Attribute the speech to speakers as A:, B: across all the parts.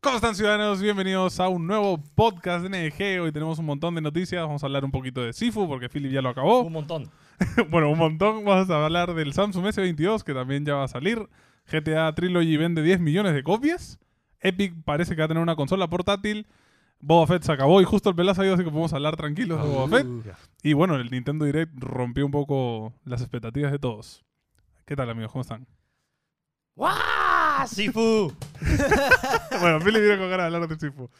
A: ¿Cómo están ciudadanos? Bienvenidos a un nuevo podcast de NG. Hoy tenemos un montón de noticias. Vamos a hablar un poquito de Sifu porque Philip ya lo acabó.
B: Un montón.
A: bueno, un montón. Vamos a hablar del Samsung S22 que también ya va a salir. GTA Trilogy vende 10 millones de copias. Epic parece que va a tener una consola portátil. Boba Fett se acabó y justo el pelazo ha ido, así que podemos hablar tranquilos de
C: Uh.
B: Ah.
A: Boba Fett. Y bueno, el Nintendo Direct rompió un poco las expectativas de todos. ¿Qué tal, amigos? ¿Cómo están?
B: ¡Ah, Sifu!
A: bueno, Philip viene con ganas de hablar de Sifu.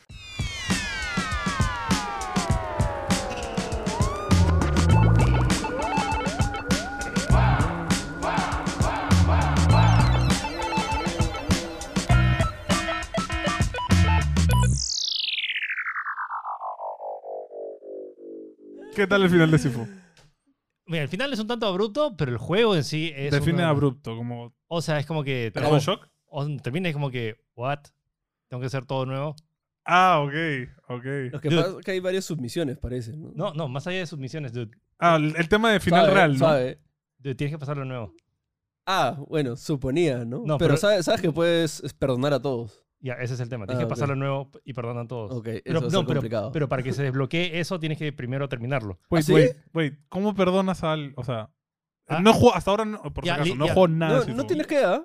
A: ¿Qué tal el final de Sifu?
B: Mira, el final es un tanto abrupto, pero el juego en sí es.
A: Define
B: una-
A: abrupto, como...
B: O sea, es como que.
A: ¿Como
B: oh,
A: shock?
B: o termina y es como que. ¿What? Tengo que hacer todo nuevo.
A: Ah, ok, ok.
C: Lo que
B: Dude.
C: pasa es que hay varias submisiones, parece, ¿no?
B: No, no, más allá de sus misiones, dude.
A: Ah, el, el tema de final
C: Sabe,
A: real, ¿no?
C: sabe.
B: dude, tienes que pasarlo nuevo.
C: Ah, bueno, suponía, ¿no?
B: No,
C: pero
B: pero-
C: sabe- sabes, que puedes eh, perdonar a todos.
B: Ya, ese es el tema. Tienes que
C: Ah, ok.
B: pasarlo nuevo y perdonan todos.
C: Ok, eso
B: Pero,
C: es
B: no, pero,
C: complicado.
B: pero para que se desbloquee eso, tienes que primero terminarlo.
A: Wait,
C: ¿Ah, sí?
A: wait, wait. ¿cómo perdonas al...? O sea...
B: Ah.
A: No juego, hasta ahora, no, por
B: Ya,
A: si acaso,
B: li-
A: no
B: ya.
A: juego nada de
C: no,
A: Sifu.
C: no tienes que, ¿ah?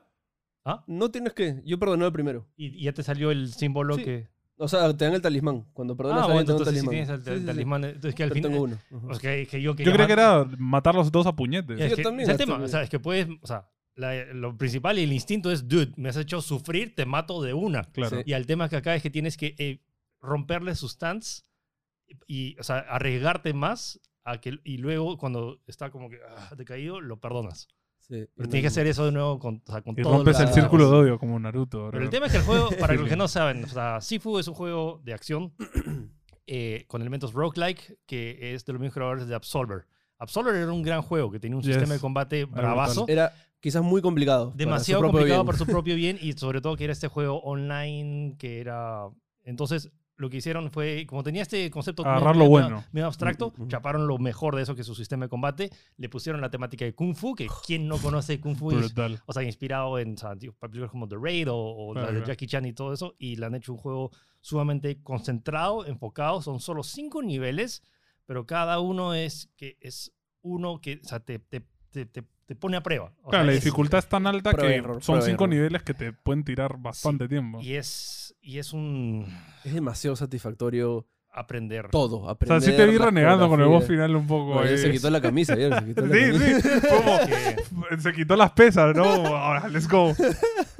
B: ¿Ah?
C: No tienes que. Yo perdoné al primero.
B: Y, y ya te salió el símbolo
C: Sí.
B: que.
C: O sea, te dan el talismán. Cuando perdonas
B: Ah,
C: a
B: bueno,
C: alguien, te dan un
B: entonces sí
C: talismán.
B: tienes el,
C: Sí,
B: el
C: sí, sí.
B: talismán. Entonces, que al
C: Pero tengo
B: final.
C: uno. Ajá.
B: pues que- que yo que
A: Yo creía
B: llamar-
A: que era matarlos dos a puñetes.
B: Es
C: Yo
B: que-
C: también
B: es el
C: estoy
B: tema,
C: bien.
B: o sea, es que puedes, o sea, la- lo principal y el instinto es, dude, me has hecho sufrir, te mato de una.
A: Claro.
C: Sí.
B: Y el tema que acá es que tienes que eh, romperle sus stance y, o sea, arriesgarte más a que, y luego cuando está como que ah, decaído, lo perdonas.
C: Sí,
B: Pero tienes
C: y
B: que
C: no-
B: hacer eso de nuevo con, o sea, con
A: Y
B: todo
A: rompes
B: la-
A: el
C: lado.
A: círculo de odio como Naruto.
B: Pero
A: creo.
B: el tema es que el juego, para los que
A: Feeling.
B: no saben, o sea, Sifu es un juego de acción eh, con elementos roguelike que es de los mismos creadores de Absolver. Absolver era un gran juego que tenía un
A: Yes.
B: sistema de combate
A: brutal.
B: bravazo.
C: Era quizás muy complicado. para
B: demasiado
C: su propio
B: complicado
C: bien.
B: para su propio bien y sobre todo que era este juego online que era entonces lo que hicieron fue como tenía este concepto medio-
A: Agarrar lo
B: medio-
A: bueno.
B: medio abstracto
C: Mm, mm, mm.
B: chaparon lo mejor de eso que es su sistema de combate le pusieron la temática de kung fu que quien no conoce kung
C: pues,
B: fu es-
A: brutal.
B: o sea inspirado en o sea, digo, películas como The Raid o, o la
A: Claro,
B: de
A: claro.
B: Jackie Chan y todo eso y le han hecho un juego sumamente concentrado enfocado son solo cinco niveles pero cada uno es que es uno que o sea, te, te- te- te- te pone a prueba O
A: Claro,
B: sea,
A: la
B: es-
A: dificultad es tan alta
C: Prueba
A: que
C: y error,
A: son
C: prueba y
A: cinco
C: error.
A: niveles que te pueden tirar bastante tiempo.
B: Y es, y es un
C: Es demasiado satisfactorio
B: aprender.
C: todo.
A: O sea,
C: Aprender,
A: sí te vi
C: las
A: renegando con el boss
C: coreografías.
A: final un poco.
C: No,
A: ahí.
C: ayer se quitó la camisa. ayer se quitó la
A: sí,
C: camisa.
A: sí. Como,
B: Que
A: se quitó las pesas, ¿no? Ahora, let's go.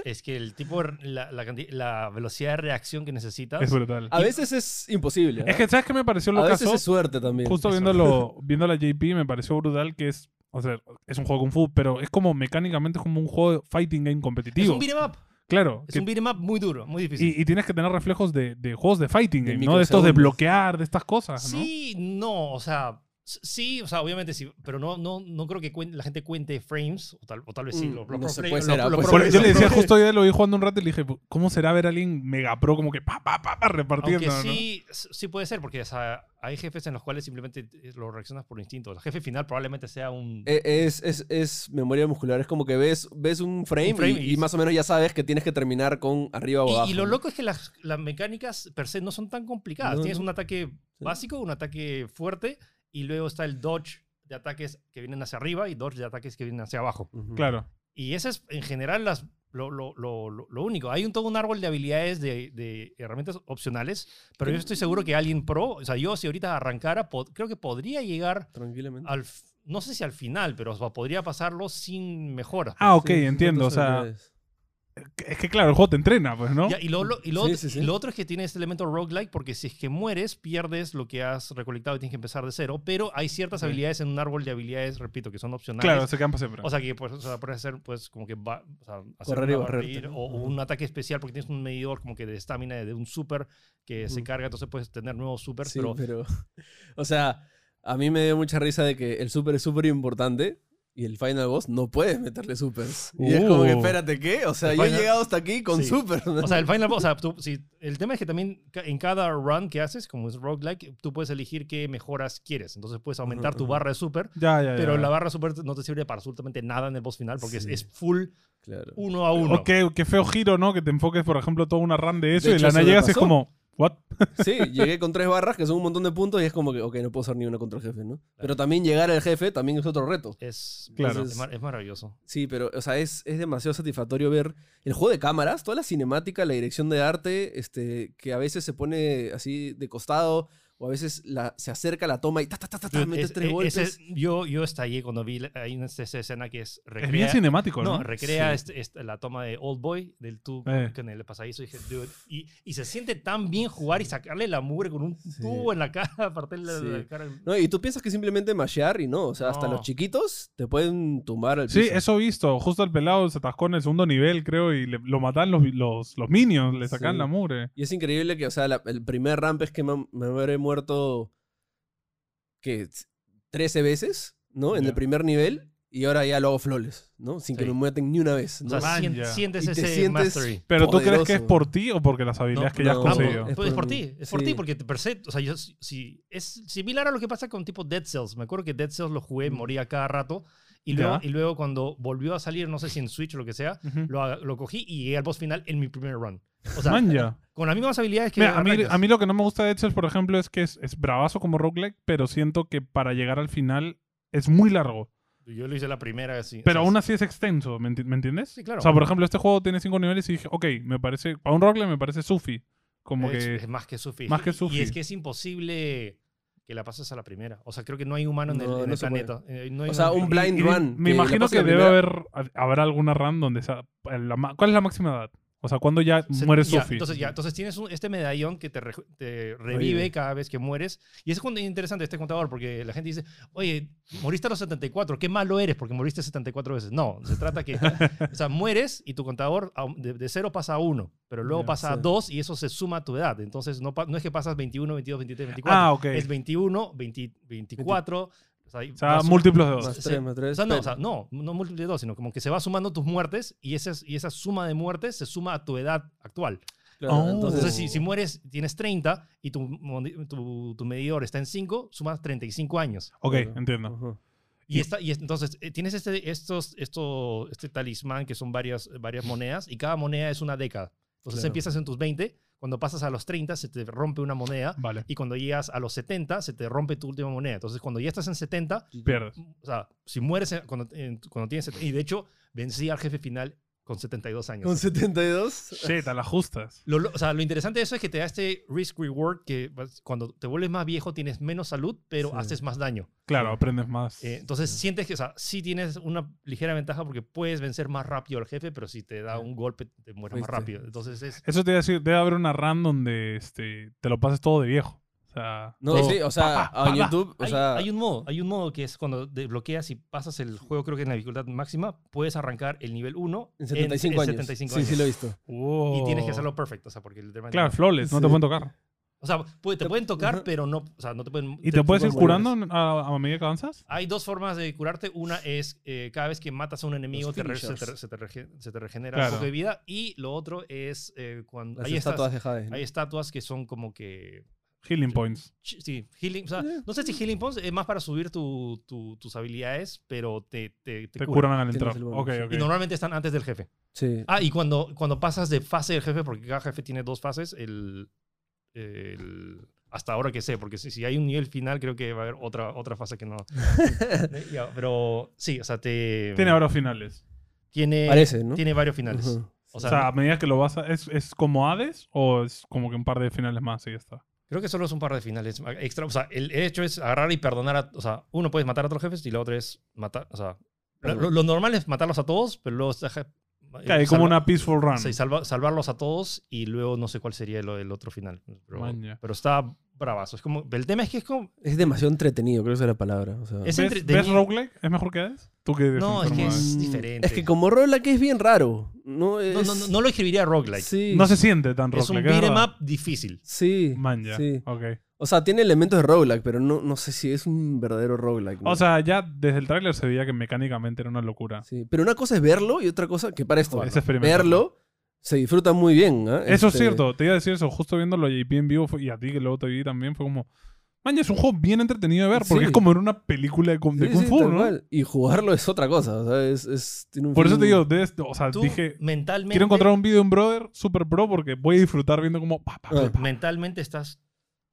B: es que el tipo, de- la, la, canti- la velocidad de reacción que necesitas.
A: Es brutal.
C: A veces es imposible. ¿ah?
A: Es que, ¿sabes qué me pareció
C: a
A: lo
C: veces
A: caso?
C: es suerte también.
A: Justo
B: eso.
A: viéndolo, viendo la JP me pareció brutal que es... O sea, es un juego Kung Fu, pero es como mecánicamente es como un juego de fighting game
B: es
A: competitivo.
B: un beat'em up.
A: claro.
B: Es
A: que-
B: un beat'em up muy duro, muy difícil.
A: y, y tienes que tener reflejos de, de juegos de fighting
C: De
A: game, ¿no? De estos de
C: microsegundos.
A: bloquear, de estas cosas, ¿no?
B: sí, no, o sea, s- sí, o sea, obviamente sí, pero no, no, no creo que cuen- la gente cuente frames, o tal, o tal vez sí,
C: Mm,
B: lo, lo
C: no
B: pro
C: se
B: play-
C: puede
B: lo-
C: ser, ah,
B: lo
C: pues.
B: pro
A: Por-
C: Pero
A: yo
B: play-
A: le
B: lo
A: decía
B: pro play-
A: justo ayer, lo vi jugando un rato y le dije, ¿cómo será ver a alguien mega pro como que pa, pa, pa, pa repartiendo?
B: Aunque
A: ¿no?
B: sí, s- sí puede ser, porque o sea, hay jefes en los cuales simplemente eh, lo reaccionas por instinto. El jefe final probablemente sea un...
C: Eh, Es, es, es memoria muscular, es como que ves, ves un frame,
B: Un frame
C: y,
B: y-
C: y más o menos ya sabes que tienes que terminar con arriba o
B: Y-
C: abajo.
B: Y, lo
C: ¿no?
B: loco es que las, las mecánicas per se no son tan complicadas.
C: No,
B: Tienes
C: no.
B: un ataque básico, un ataque fuerte, y luego está el dodge de ataques que vienen hacia arriba y dodge de ataques que vienen hacia abajo.
C: Ujú.
A: Claro.
B: Y ese es en general las, lo, lo- lo- lo- lo único. Hay un, todo un árbol de habilidades, de, de herramientas opcionales, pero yo estoy seguro que alguien pro, o sea, yo si ahorita arrancara, pod- creo que podría llegar
C: Tranquilamente.
B: al, f- no sé si al final, pero o sea, podría pasarlo sin mejoras.
A: Ah, ok,
C: Sí, pues, sí,
A: entiendo. O
C: tantas
A: sea,
C: habilidades.
A: es que claro, el juego te entrena, pues, ¿no?
B: Ya, y, lo, lo- y, lo,
C: Sí,
B: ot-
C: sí, sí.
B: y lo otro es que tiene este elemento roguelike porque si es que mueres, pierdes lo que has recolectado y tienes que empezar de cero, pero hay ciertas
A: Ok.
B: habilidades en un árbol de habilidades, repito, que son opcionales.
A: claro, se campa siempre.
B: O sea, que pues, o sea, puedes hacer, pues, como que va, o sea, hacer
C: Correr y
B: una
C: barrerte,
B: barrida
C: ¿no?
B: o, o un ataque especial porque tienes un medidor como que de estamina de un super que se
C: Ujú.
B: carga, entonces puedes tener nuevos super,
C: Sí,
B: pero
C: pero- O sea, a mí me dio mucha risa de que el súper es súper importante, Y el Final Boss no puedes meterle supers. Y es como que,
A: Uh.
C: espérate, ¿qué? O sea,
B: El
C: yo he
B: final-
C: llegado hasta aquí con
B: Sí.
C: supers. ¿no?
B: O sea, el final boss, o sea, tú- si- el tema es que también ca- en cada run que haces, como es roguelike, tú puedes elegir qué mejoras quieres. Entonces puedes aumentar tu
C: ujú.
B: barra de super,
A: Ya, ya, ya.
B: pero la barra de super no te sirve para absolutamente nada en el boss final porque es-
C: Sí.
B: es, full
C: claro.
A: uh.
B: uno a uno.
A: O qué, qué feo giro, ¿no? Que te enfoques, por ejemplo, toda una run de eso
C: De
A: y
C: hecho,
A: la
C: eso
A: nada
C: me
A: llegas y es
C: pasó.
A: como, ¿what?
C: Sí, llegué con tres barras, que son un montón de puntos, y es como que, ok, no puedo usar ni una contra el jefe, ¿no? Pero también llegar al jefe también es otro reto.
B: Es,
A: Claro.
B: es, mar- es maravilloso.
C: Sí, pero, o sea, es, es demasiado satisfactorio ver el juego de cámaras, toda la cinemática, la dirección de arte, este, que a veces se pone así de costado, o a veces la, se acerca la toma y ta, ta, ta, ta, ta, metes
B: Es- e,
C: tres
B: es-
C: golpes.
B: ese- yo, yo estallé cuando vi la- hay una, esa escena que es
A: Es bien
B: recrea,
A: cinemático, ¿no?
B: no, recrea
C: Sí.
B: este- este- la toma de Old Boy del tú
A: Eh.
B: con el pasadizo y dije, dude, y, y se siente tan bien jugar y sacarle la mugre con un tubo en la cara, apartarle la-
C: Sí.
B: la cara.
C: No, y tú piensas que simplemente mashear y no, o sea, hasta
B: No.
C: los chiquitos te pueden tumbar al
A: Sí,
C: piso.
A: eso he visto. Justo el pelado se atascó en el segundo nivel, creo, y le- lo matan los, los, los minions, le sacan
C: Sí.
A: la mugre.
C: Y es increíble que, o sea, la- el primer ramp es que me, me habré muerto, que 13 veces, ¿no? En
A: Ya.
C: el primer nivel, y ahora ya lo hago flawless, ¿no? Sin que
B: Sí.
C: me muerten ni una vez.
B: O
C: ¿no?
B: sea,
A: Man,
B: sien-
A: ya.
B: sientes
C: Y te
B: ese
C: sientes-
B: mastery.
A: Pero tú crees que es
C: Poderoso.
A: por ti o porque las habilidades
B: No,
A: que ya has
C: no,
B: Ambos.
A: conseguido.
B: Pues es por ti, es por
C: Sí.
B: ti, porque te perce- o sea, yo, si- si, es similar a lo que pasa con tipo Dead Cells. Me acuerdo que Dead Cells lo jugué, moría cada rato. Y
A: Mm. Ya.
B: luego, y luego cuando volvió a salir, no sé si en Switch o lo que sea,
A: Ujú.
B: lo, haga- lo cogí y llegué al boss final en mi primer run. O sea,
A: Man, ya.
B: con las mismas habilidades que...
A: Mira, a, mí,
B: arrancas.
A: a mí lo que no me gusta de Excel, por ejemplo, es que es, es bravazo como roguelike, pero siento que para llegar al final es muy largo.
B: Yo lo hice la primera, sí.
A: Pero
B: O sea,
A: aún así es extenso, ¿me, enti- me entiendes?
B: Sí, claro.
A: O sea, por ejemplo, este juego tiene cinco niveles y dije, ok, me parece, para un roguelike me parece sufi. Como
B: es,
A: que...
B: es más que sufi.
A: más que
B: Y es
A: sufi.
B: que es imposible que la pases a la primera. O sea, creo que no hay humano en el,
C: No,
B: en el
C: no se puede.
B: planeta. Eh, no hay
C: O sea,
B: humano.
C: un blind
A: y-
C: run.
A: Me
C: la
A: imagino
C: pase
A: que
C: la
A: debe
C: primera-
A: haber, habrá alguna run donde esa, la ma- ¿cuál es la máxima edad? O sea, cuando ya
B: Se-
A: muere Ah,
B: ya,
A: Sufi.
B: Entonces, ya, entonces tienes un- este medallón que te, re- te revive
C: Revive.
B: cada vez que mueres. Y eso es cuando- interesante este contador, porque la gente dice, oye, moriste a los 74, qué malo eres porque moriste 74 veces. No, se trata que, o sea, mueres y tu contador au- de, de cero pasa a uno, pero luego
A: Ya,
B: pasa a
C: sí.
B: dos y eso se suma a tu edad. Entonces, no, pa- no es que pasas 21, 22, 23, 24.
A: Ah, ok.
B: Es 21, 20 24. O sea,
A: O sea,
B: vas-
A: múltiplos de dos.
C: Más
B: Sí.
C: tres, más tres,
B: o sea, no, o sea,
C: pero-
B: no, no múltiple de dos, sino como que se va sumando tus muertes y esa, y esa suma de muertes se suma a tu edad actual.
C: claro,
A: Oh.
C: entonces,
B: Entonces, si, si mueres, tienes 30 y tu, modi- tu, tu medidor está en 5, sumas 35 años.
A: Ok,
C: Claro.
A: entiendo.
C: Ajá.
B: Y, esta, y es- entonces eh, tienes este, estos, esto, este talismán que son varias, varias monedas y cada moneda es una década. Entonces
C: Claro.
B: empiezas en tus 20, cuando pasas a los 30 se te rompe una moneda
A: Vale,
B: y cuando llegas a los 70 se te rompe tu última moneda. Entonces cuando ya estás en 70
A: pierdes.
B: o sea, si mueres en- cuando, en- cuando tienes... set- Y de hecho, vencí al jefe final con 72 años.
C: Con 72.
A: Shit, a las justas.
B: Lo- lo- o sea, lo interesante de eso es que te da este risk-reward que vas- cuando te vuelves más viejo tienes menos salud, pero
C: Sí.
B: haces más daño.
A: Claro, aprendes más.
B: Eh, entonces sientes que, o sea, sí tienes una ligera ventaja porque puedes vencer más rápido al jefe, pero si te da un golpe te mueres más
C: Fuiste.
B: rápido. Entonces es...
A: Eso te iba a decir, debe haber una run donde este, te lo pases todo de viejo. O sea,
C: No,
A: todo.
C: sí, o sea,
A: Pa, pa, pa,
C: en
A: pa.
C: YouTube, o
B: hay,
C: sea,
B: hay un modo, hay un modo que es cuando desbloqueas y pasas el juego, creo que en la dificultad máxima, puedes arrancar el nivel 1
C: en 75 años.
B: 75
C: sí,
B: años.
C: sí lo he visto.
A: wow.
B: Y tienes que hacerlo perfecto, o sea, porque literalmente...
A: Oh. Claro, flawless, no te
C: Sí.
A: pueden tocar.
B: O sea, puede- te
C: Te-
B: pueden tocar,
C: Ajá.
B: pero no, o sea, no te pueden...
A: ¿Y te puedes ir
C: puedes
A: curando a, a medida que avanzas?
B: Hay dos formas de curarte. Una es eh, cada vez que matas a un enemigo
C: Los
B: te re- se,
C: finishers.
B: te, re- se te rege- se te regenera
A: Claro.
B: un poco de vida. Y lo otro es eh, cuando...
C: Las
B: Hay
C: estatuas
B: estatuas,
C: de Jade. ¿no?
B: hay estatuas que son como que...
A: Healing points.
B: ch- Sí, healing, o sea,
C: Eh.
B: no sé si healing points es más para subir tu- tu- tus habilidades, pero te, te, te
A: Te
B: cura.
A: curan al
C: Tienes
A: entrar.
C: el
A: Ok,
C: bonus.
A: ok.
B: Y normalmente están antes del jefe.
C: Sí.
B: Ah, y cuando, cuando pasas de fase del jefe, porque cada jefe tiene dos fases, el, el- hasta ahora que sé, porque si, si hay un nivel final, creo que va a haber otra, otra fase que no. Ya, Pero sí, o sea, te.
A: Tiene ahora finales.
B: tiene,
C: Parece, ¿no?
B: eh, tiene varios finales.
C: Ujú.
B: O
A: O
B: sea,
A: sea, a medida que lo vas a... ¿Es, es como Hades o es como que un par de finales más y ya está?
B: creo que solo es un par de finales extra. O sea, el hecho es agarrar y perdonar a. O sea, uno puedes matar a otros jefes y la otra es matar. O sea, lo, lo- lo normal es matarlos a todos, pero luego. está- eh,
A: Que hay como
B: salva-
A: una peaceful run.
B: Sí, salva- salvarlos a todos y luego no sé cuál sería lo- el otro final. Pero,
A: Maña.
B: pero está bravazo. Es como, el tema es que es como...
C: Es demasiado entretenido, creo que esa es la palabra. o sea.
B: Es
A: ¿Ves,
B: entretenido.
A: ves roguelike? ¿Es mejor que Hades? ¿Tú que eres
B: No, es
A: enfermo
B: que
A: de Hades?
B: es
C: Mm,
B: diferente.
C: Es que como roguelike es bien raro. No, es,
B: No, no, no, no lo escribiría roguelike.
C: Sí.
A: No se siente tan
B: es un
A: roguelike.
B: beat'em
A: verdad.
B: up difícil.
C: Sí.
A: Man, ya.
C: sí.
A: Ok.
C: O sea, tiene elementos de roguelike, pero no, no sé si es un verdadero roguelike. ¿no?
A: O sea, ya desde el tráiler se veía que mecánicamente era una locura.
C: Sí, Pero una cosa es verlo y otra cosa que para esto.
A: Es
C: ¿no?
A: experimental.
C: verlo se disfruta muy bien. ¿ah?
A: Eso es
C: Este,
A: cierto, te iba a decir eso, justo viéndolo a JP en vivo fue- y a ti que luego te vi también, fue como, man, ya es un juego bien entretenido de ver, porque
C: Sí.
A: es como en una película de, Kung- de
C: sí,
A: Kung
C: sí,
A: Fu,
C: tal
A: ¿no?
C: cual. Mm. Y jugarlo es otra cosa. o sea, es- es- tiene un
A: Por eso te
C: feeling-
A: digo, de esto- o sea,
B: Tú
A: dije,
B: mentalmente,
A: quiero encontrar un video de un brother super pro porque voy a disfrutar viendo como... pa, pa, pa,
C: Ah.
A: pa.
B: mentalmente estás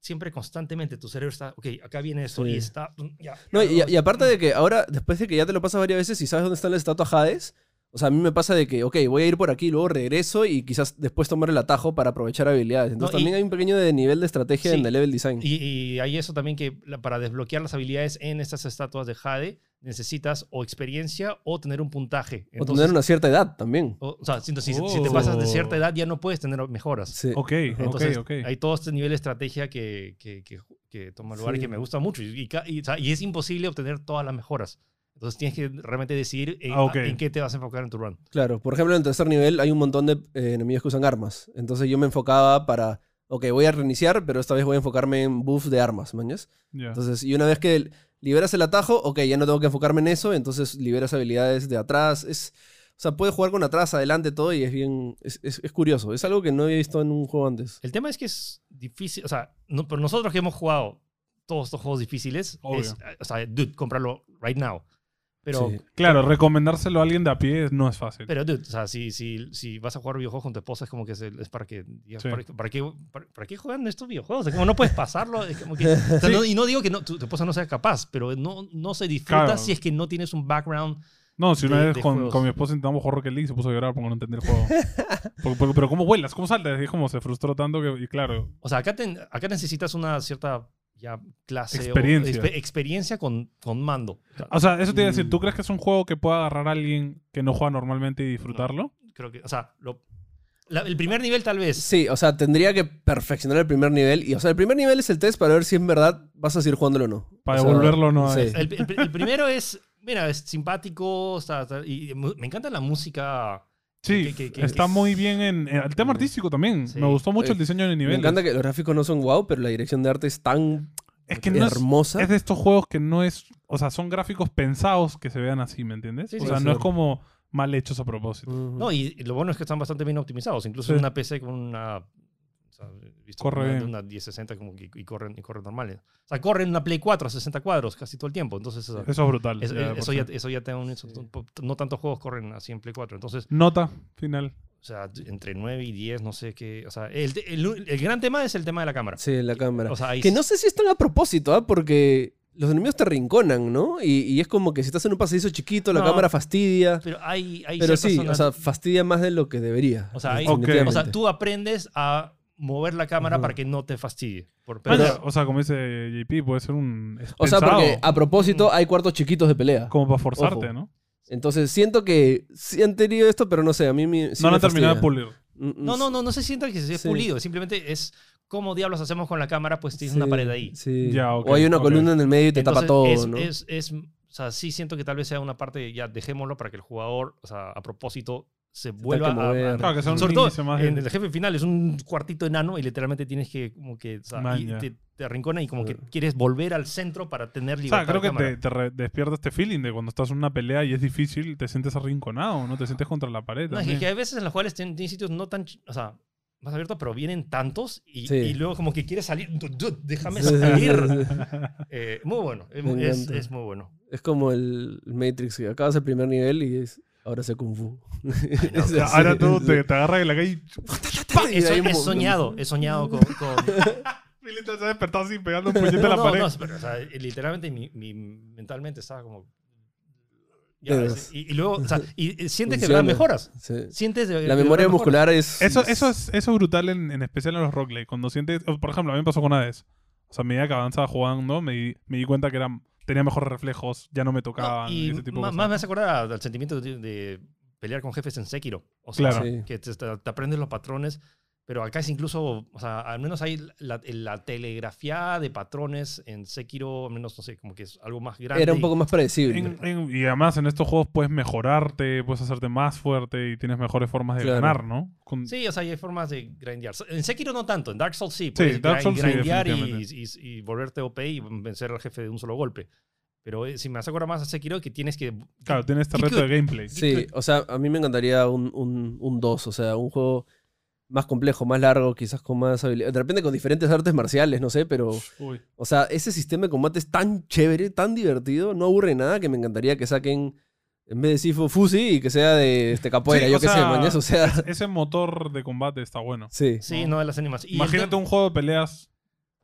B: siempre constantemente, tu cerebro está, ok, acá viene esto
C: Sí.
B: y está... mm, ya,
C: No,
B: ya,
C: y,
B: no,
C: y aparte de que ahora, después de que ya te lo pasas varias veces y sabes dónde está la estatua Hades, o sea, a mí me pasa de que, ok, voy a ir por aquí, luego regreso y quizás después tomar el atajo para aprovechar habilidades. Entonces
B: No, y-
C: también hay un pequeño de nivel de estrategia
B: Sí.
C: en el level design.
B: Y, y hay eso también que la- para desbloquear las habilidades en estas estatuas de Jade necesitas o experiencia o tener un puntaje.
C: o
B: Entonces,
C: tener una cierta edad también.
B: o- o sea, si, si- si te
A: Oh.
B: pasas de cierta edad ya no puedes tener mejoras.
C: Sí.
A: Ok,
B: Entonces,
A: ok, ok.
B: hay todo este nivel de estrategia que, que, que- que toma lugar y
C: Sí.
B: que me gusta mucho. Y, y ca- y, o sea, y es imposible obtener todas las mejoras. Entonces tienes que realmente decidir en,
A: Ah, ok.
B: en qué te vas a enfocar en tu run.
C: Claro, por ejemplo, en el tercer nivel hay un montón de eh, enemigos que usan armas. Entonces yo me enfocaba para, ok, voy a reiniciar, pero esta vez voy a enfocarme en buff de armas, mañas.
A: Ya.
C: Entonces, y una vez que liberas el atajo, ok, ya no tengo que enfocarme en eso, entonces liberas habilidades de atrás. Es, o sea, puedes jugar con atrás, adelante, todo, y es bien. Es, es- es curioso. Es algo que no había visto en un juego antes.
B: El tema es que es difícil, o sea, no- pero nosotros que hemos jugado todos estos juegos difíciles,
A: Obvio.
B: es, o sea, dude, cómpralo right now. Pero,
C: Sí.
A: Claro, recomendárselo a alguien de a pie no es fácil.
B: pero dude, o sea, si, si, si vas a jugar videojuegos con tu esposa, es como que es, el- es para que. digas,
A: Sí.
B: ¿para, para qué, para, para qué juegan estos videojuegos? Es como no puedes pasarlo. es como que- o sea, no- y no digo que no, tu, tu esposa no sea capaz, pero no, no se disfruta
A: Claro.
B: si es que no tienes un background.
A: no, si una
B: de-
A: vez
B: de
A: con,
B: juegos.
A: con mi esposa intentamos jugar Rocket League se puso a llorar porque no entendí el juego. Porque- porque- pero ¿cómo vuelas? ¿Cómo saltas? Y es como se frustró tanto que, y claro,
B: O sea, acá, te- acá necesitas una cierta ya clase o
A: Experiencia.
B: expe- experiencia con, con mando. O sea,
A: O sea, eso te iba a decir,
C: Mm.
A: ¿tú crees que es un juego que pueda agarrar a alguien que no juega normalmente y disfrutarlo?
B: creo que, o sea, lo- la- el primer nivel tal vez.
C: Sí, o sea, tendría que perfeccionar el primer nivel. Y, o sea, el primer nivel es el test para ver si en verdad vas a seguir jugándolo o no.
A: Para
C: O sea,
A: devolverlo o no. a
C: sí.
A: él.
B: El, el- el primero es, mira, es simpático, está- está- y mu- me encanta la música.
A: Sí,
B: que- que- que-
A: está
B: que- Mm.
A: muy bien en, en el tema artístico también.
B: Sí.
A: Me gustó mucho el
C: Eh,
A: diseño de
C: Me
A: nivel.
C: encanta que los gráficos no son wow, pero la dirección de arte es tan
A: Es que no es,
C: hermosa.
A: es de estos juegos que no es, o sea, son gráficos pensados que se vean así, ¿me entiendes?
B: Sí,
A: o
B: sí, Mm.
A: sea,
C: sí.
A: no es como mal hechos a propósito.
C: Ujú.
B: No, y, y lo bueno es que están bastante bien optimizados. Incluso
A: Sí.
B: una PC con una. o sea, he visto
A: Corre
B: una,
A: bien.
B: una 1060 como que, y, corren, y corren normales. O sea, corren una Play 4 a 60 cuadros casi todo el tiempo. Entonces, o sea,
A: Eso es brutal.
B: eso,
A: ya,
B: eh,
A: de por
B: eso
A: sí.
B: ya, eso ya te da un- eso- No tantos juegos corren así en Play 4. Entonces,
A: Nota final.
B: o sea, entre 9 y 10, no sé qué. O sea, el, te- el- el gran tema es el tema de la cámara.
C: Sí, la cámara.
B: O sea, ahí
C: Que
B: sí-
C: no sé si están a propósito, ¿ah? Porque los enemigos te rinconan, ¿no? Y, y es como que si estás en un pasadizo chiquito, la
B: No.
C: cámara fastidia.
B: Pero hay, hay
C: Pero
B: ciertas
C: sí, o
B: zonas-
C: sea, fastidia más de lo que debería.
B: O sea, hay-
A: Ok.
B: o sea,
C: definitivamente.
B: tú aprendes a mover la cámara
C: Ajá.
B: para que no te fastidie. Por-
A: Man,
B: pero-
A: ya, o sea, como dice JP, puede ser un. es
C: O sea,
A: pensado,
C: porque a propósito
B: Mm.
C: hay cuartos chiquitos de pelea.
A: Como para forzarte,
C: Ojo.
A: ¿no?
C: Entonces siento que sí han tenido esto, pero no sé, a mí me, sí
A: no lo
C: me
A: han terminado de
C: fastidia.
A: pulir.
C: Mm, mm,
B: no, no, no, no se sienta que se
C: Sí.
B: pulido. Simplemente es cómo diablos hacemos con la cámara, pues tienes
C: sí,
B: una pared ahí.
C: sí.
A: Ya, ok,
C: o hay una
A: ok.
C: columna en el medio y te
B: Entonces,
C: tapa todo,
B: es,
C: ¿no?
B: es- es- o sea, sí siento que tal vez sea una parte, ya dejémoslo para que el jugador, o sea, a propósito, se vuelva
C: que
B: a- a...
C: mover.
A: Claro, que sea un
B: Sobre todo,
A: inicio más
B: en
A: de-
B: el jefe final es un cuartito enano y literalmente tienes que, como que, o sea,
A: Man,
B: y
A: ya.
B: te, te arrincona y como que quieres volver al centro para tener
A: O sea,
B: libertad
A: creo
B: de
A: que
B: cámara.
A: te, te re- despierta este feeling de cuando estás en una pelea y es difícil, te sientes arrinconado, ¿no? Te sientes contra la pared.
B: No, es que,
A: también.
B: que hay veces en las cuales tienen, tienen sitios no tan, ch- o sea, más abiertos, pero vienen tantos y,
C: Sí.
B: y luego como que quieres salir. Du- du- déjame
C: Sí, sí,
B: salir.
C: sí, sí.
B: Eh, muy bueno, es,
C: Me
B: es-
C: encanta.
B: es muy bueno.
C: Es como el Matrix, que acabas el primer nivel y es ahora se kung fu.
A: O sea, Ahora tú te, te agarras de la calle
B: He, so- he soñado, he soñado con... con-
A: y Milita se ha despertado así pegando un puñete a
B: No,
A: la
B: no,
A: pared.
B: no, pero, o sea, literalmente mi, mi- mentalmente estaba como... ya,
C: Dedos.
B: y, y luego, o sea, y, y sientes que de
C: Funciona.
B: verdad mejoras.
C: Sí.
B: Sientes de- de
C: La
B: verdad
C: memoria
B: mejoras.
C: muscular es.
A: Eso, eso, es, eso es brutal, en, en especial en los roguelike. Cuando sientes. o, Por ejemplo, a mí me pasó con Hades. O sea, a medida que avanzaba jugando, me di, me di cuenta que era, tenía mejores reflejos, ya no me
B: No,
A: tocaban. y
B: y
A: ese tipo de
B: ma-
A: cosas.
B: más me hace acordar al sentimiento de, de pelear con jefes en Sekiro. O sea,
A: Claro.
C: Sí.
B: que te, te aprendes los patrones Pero acá es incluso, o sea, al menos hay la, la telegrafía de patrones en Sekiro, al menos, no sé, como que es algo más grande.
C: Era un
B: y-
C: poco más predecible.
A: En- en- y además en estos juegos puedes mejorarte, puedes hacerte más fuerte y tienes mejores formas de
C: Claro.
A: ganar, ¿no? Con-
B: Sí, o sea, hay formas de grindear. En Sekiro no tanto, en Dark Souls sí. Puedes
A: Dark
B: grind-
A: Souls sí,
B: grindear y,
A: definitivamente.
B: y- y volverte OP y vencer al jefe de un solo golpe. Pero eh, si me vas a acordar más a Sekiro, que tienes que.
A: Claro, tiene este
B: Qué
A: reto de gameplay.
C: Sí, o sea, a mí me encantaría un 2, o sea, un juego más complejo, más largo, quizás con más habilidades. De repente con diferentes artes marciales, no sé, pero,
A: Uy.
C: o sea, ese sistema de combate es tan chévere, tan divertido, no aburre nada que me encantaría que saquen, en vez de Sifu Fusi, y que sea de este capoeira,
A: Sí, o
C: yo qué sé,
A: sea,
C: mañana, o sea.
A: Ese motor de combate está bueno.
C: Sí.
B: Sí, no de las animaciones. Y el
A: Imagínate
B: tem-
A: un juego de peleas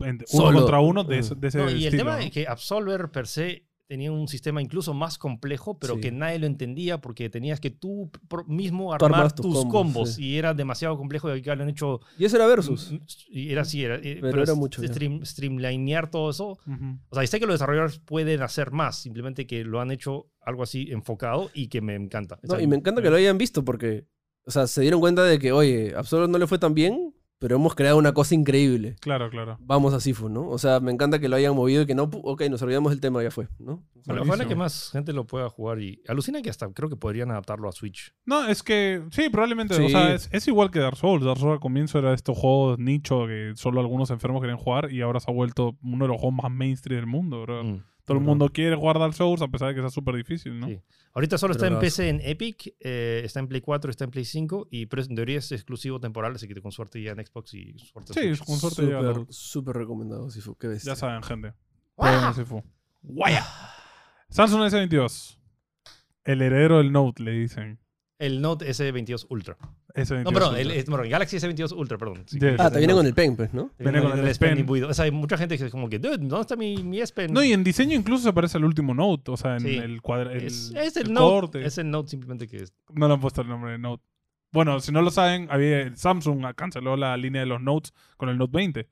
A: en- uno
C: Solo.
A: contra uno de, ese- de ese
B: no, y el
A: estilo.
B: tema
A: ¿no?
B: es que Absolver per se tenía un sistema incluso más complejo, pero
C: Sí.
B: que nadie lo entendía porque tenías que tú pro- mismo
C: Tú
B: armar
C: armabas
B: tus,
C: tus
B: combos,
C: combos, sí.
B: y era demasiado complejo y acá lo han hecho
C: Y eso era Versus.
B: mm, y era así, era, eh,
C: Pero era
B: es-
C: mucho, ya.
B: stream- streamlinear todo eso
A: Ujú.
B: O sea, y sé que los desarrolladores pueden hacer más, simplemente que lo han hecho algo así enfocado y que me encanta. O
C: No,
B: sea,
C: y me encanta que lo hayan visto porque, o sea, se dieron cuenta de que, oye, Absolut no le fue tan bien, pero hemos creado una cosa increíble.
A: Claro, claro.
C: Vamos a Sifu, ¿no? O sea, me encanta que lo hayan movido y que no, pu- ok, nos olvidamos del tema, ya fue, ¿no?
B: Bueno,
A: Buenísimo.
B: ojalá que más gente lo pueda jugar y alucina que hasta creo que podrían adaptarlo a Switch.
A: No, es que sí, probablemente. O
C: Sí.
A: sea, es, es igual que Dark Souls. Dark Souls al comienzo era de estos juegos nicho que solo algunos enfermos querían jugar y ahora se ha vuelto uno de los juegos más mainstream del mundo, bro.
B: Mm.
A: Todo el
B: Perdón.
A: mundo quiere jugar Dark Souls a pesar de que sea súper difícil, ¿no?
B: Sí. Ahorita solo
C: Pero
B: está en
C: lo
B: PC, en Epic, eh, está en Play 4, está en Play 5 y pero en teoría es exclusivo temporal, así que con suerte ya en Xbox y suerte. en
A: Sí,
B: Switch.
A: con suerte llega
C: Súper,
A: Dark-
C: súper recomendado Sifu, qué bestia.
A: Ya saben, gente.
B: ¡Ah!
A: Prueben ese fu. Guaya. Samsung S22. El heredero del Note, le dicen.
B: El Note S22 Ultra.
A: S22
B: No, perdón,
A: Ultra.
B: el, el- perdón, Galaxy S22 Ultra, perdón. Sí.
A: Yes.
C: Ah, te viene con el pen, pues, ¿no?
A: Viene con el S Pen.
B: imbuido. O sea, hay mucha gente que es como que, dude, ¿dónde está mi, mi S Pen?
A: No, y en diseño incluso se parece al último Note. O sea, en
B: Sí.
A: el cuadro. El,
B: es, es el,
A: el
B: Note.
A: corte.
B: Es el Note simplemente que es.
A: No le han puesto el nombre de Note. Bueno, si no lo saben, había, el Samsung ah, canceló la línea de los Notes con el Note 20.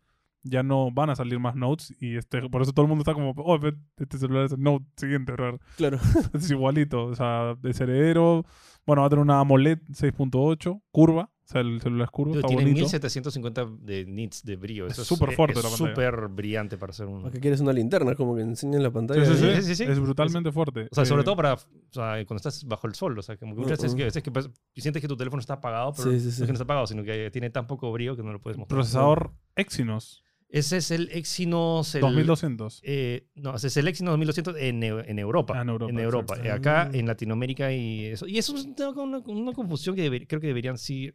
A: Ya no van a salir más Notes y este, por eso todo el mundo está como, oh, ve, este celular es el Note siguiente, raro.
C: Claro.
A: Es igualito, o sea, es heredero. Bueno, va a tener una AMOLED 6.8, curva, o sea, el celular es curvo,
B: Dude,
A: está
B: tiene
A: bonito.
B: 1750 de nits de brillo.
A: Es
B: Eso es e,
A: súper fuerte
B: es
A: la pantalla.
B: súper brillante para hacer un.
C: ¿Para qué quieres una linterna? Como que enseña en la pantalla.
A: Sí, sí, sí,
B: Sí, sí, sí.
A: Es brutalmente fuerte.
B: O sea, sobre
A: Eh, Uh,
B: todo para o sea, cuando estás bajo el sol. O sea, como que muchas veces,
C: Ujú.
B: que, veces que pas- y sientes que tu teléfono está apagado, pero
C: Sí, sí,
B: no es
C: sí.
B: que no está apagado, sino que tiene tan poco brillo que no lo puedes mostrar.
A: Procesador Exynos
B: Ese es el Exynos. El,
A: 2200.
B: eh, no, ese es el Exynos 2200 en, Eu- en Europa.
A: Ah, en Europa, exacto.
B: Eh, acá
C: Ah.
B: en Latinoamérica y eso. Y eso es un tema con una, con una confusión que deber- creo que deberían sí,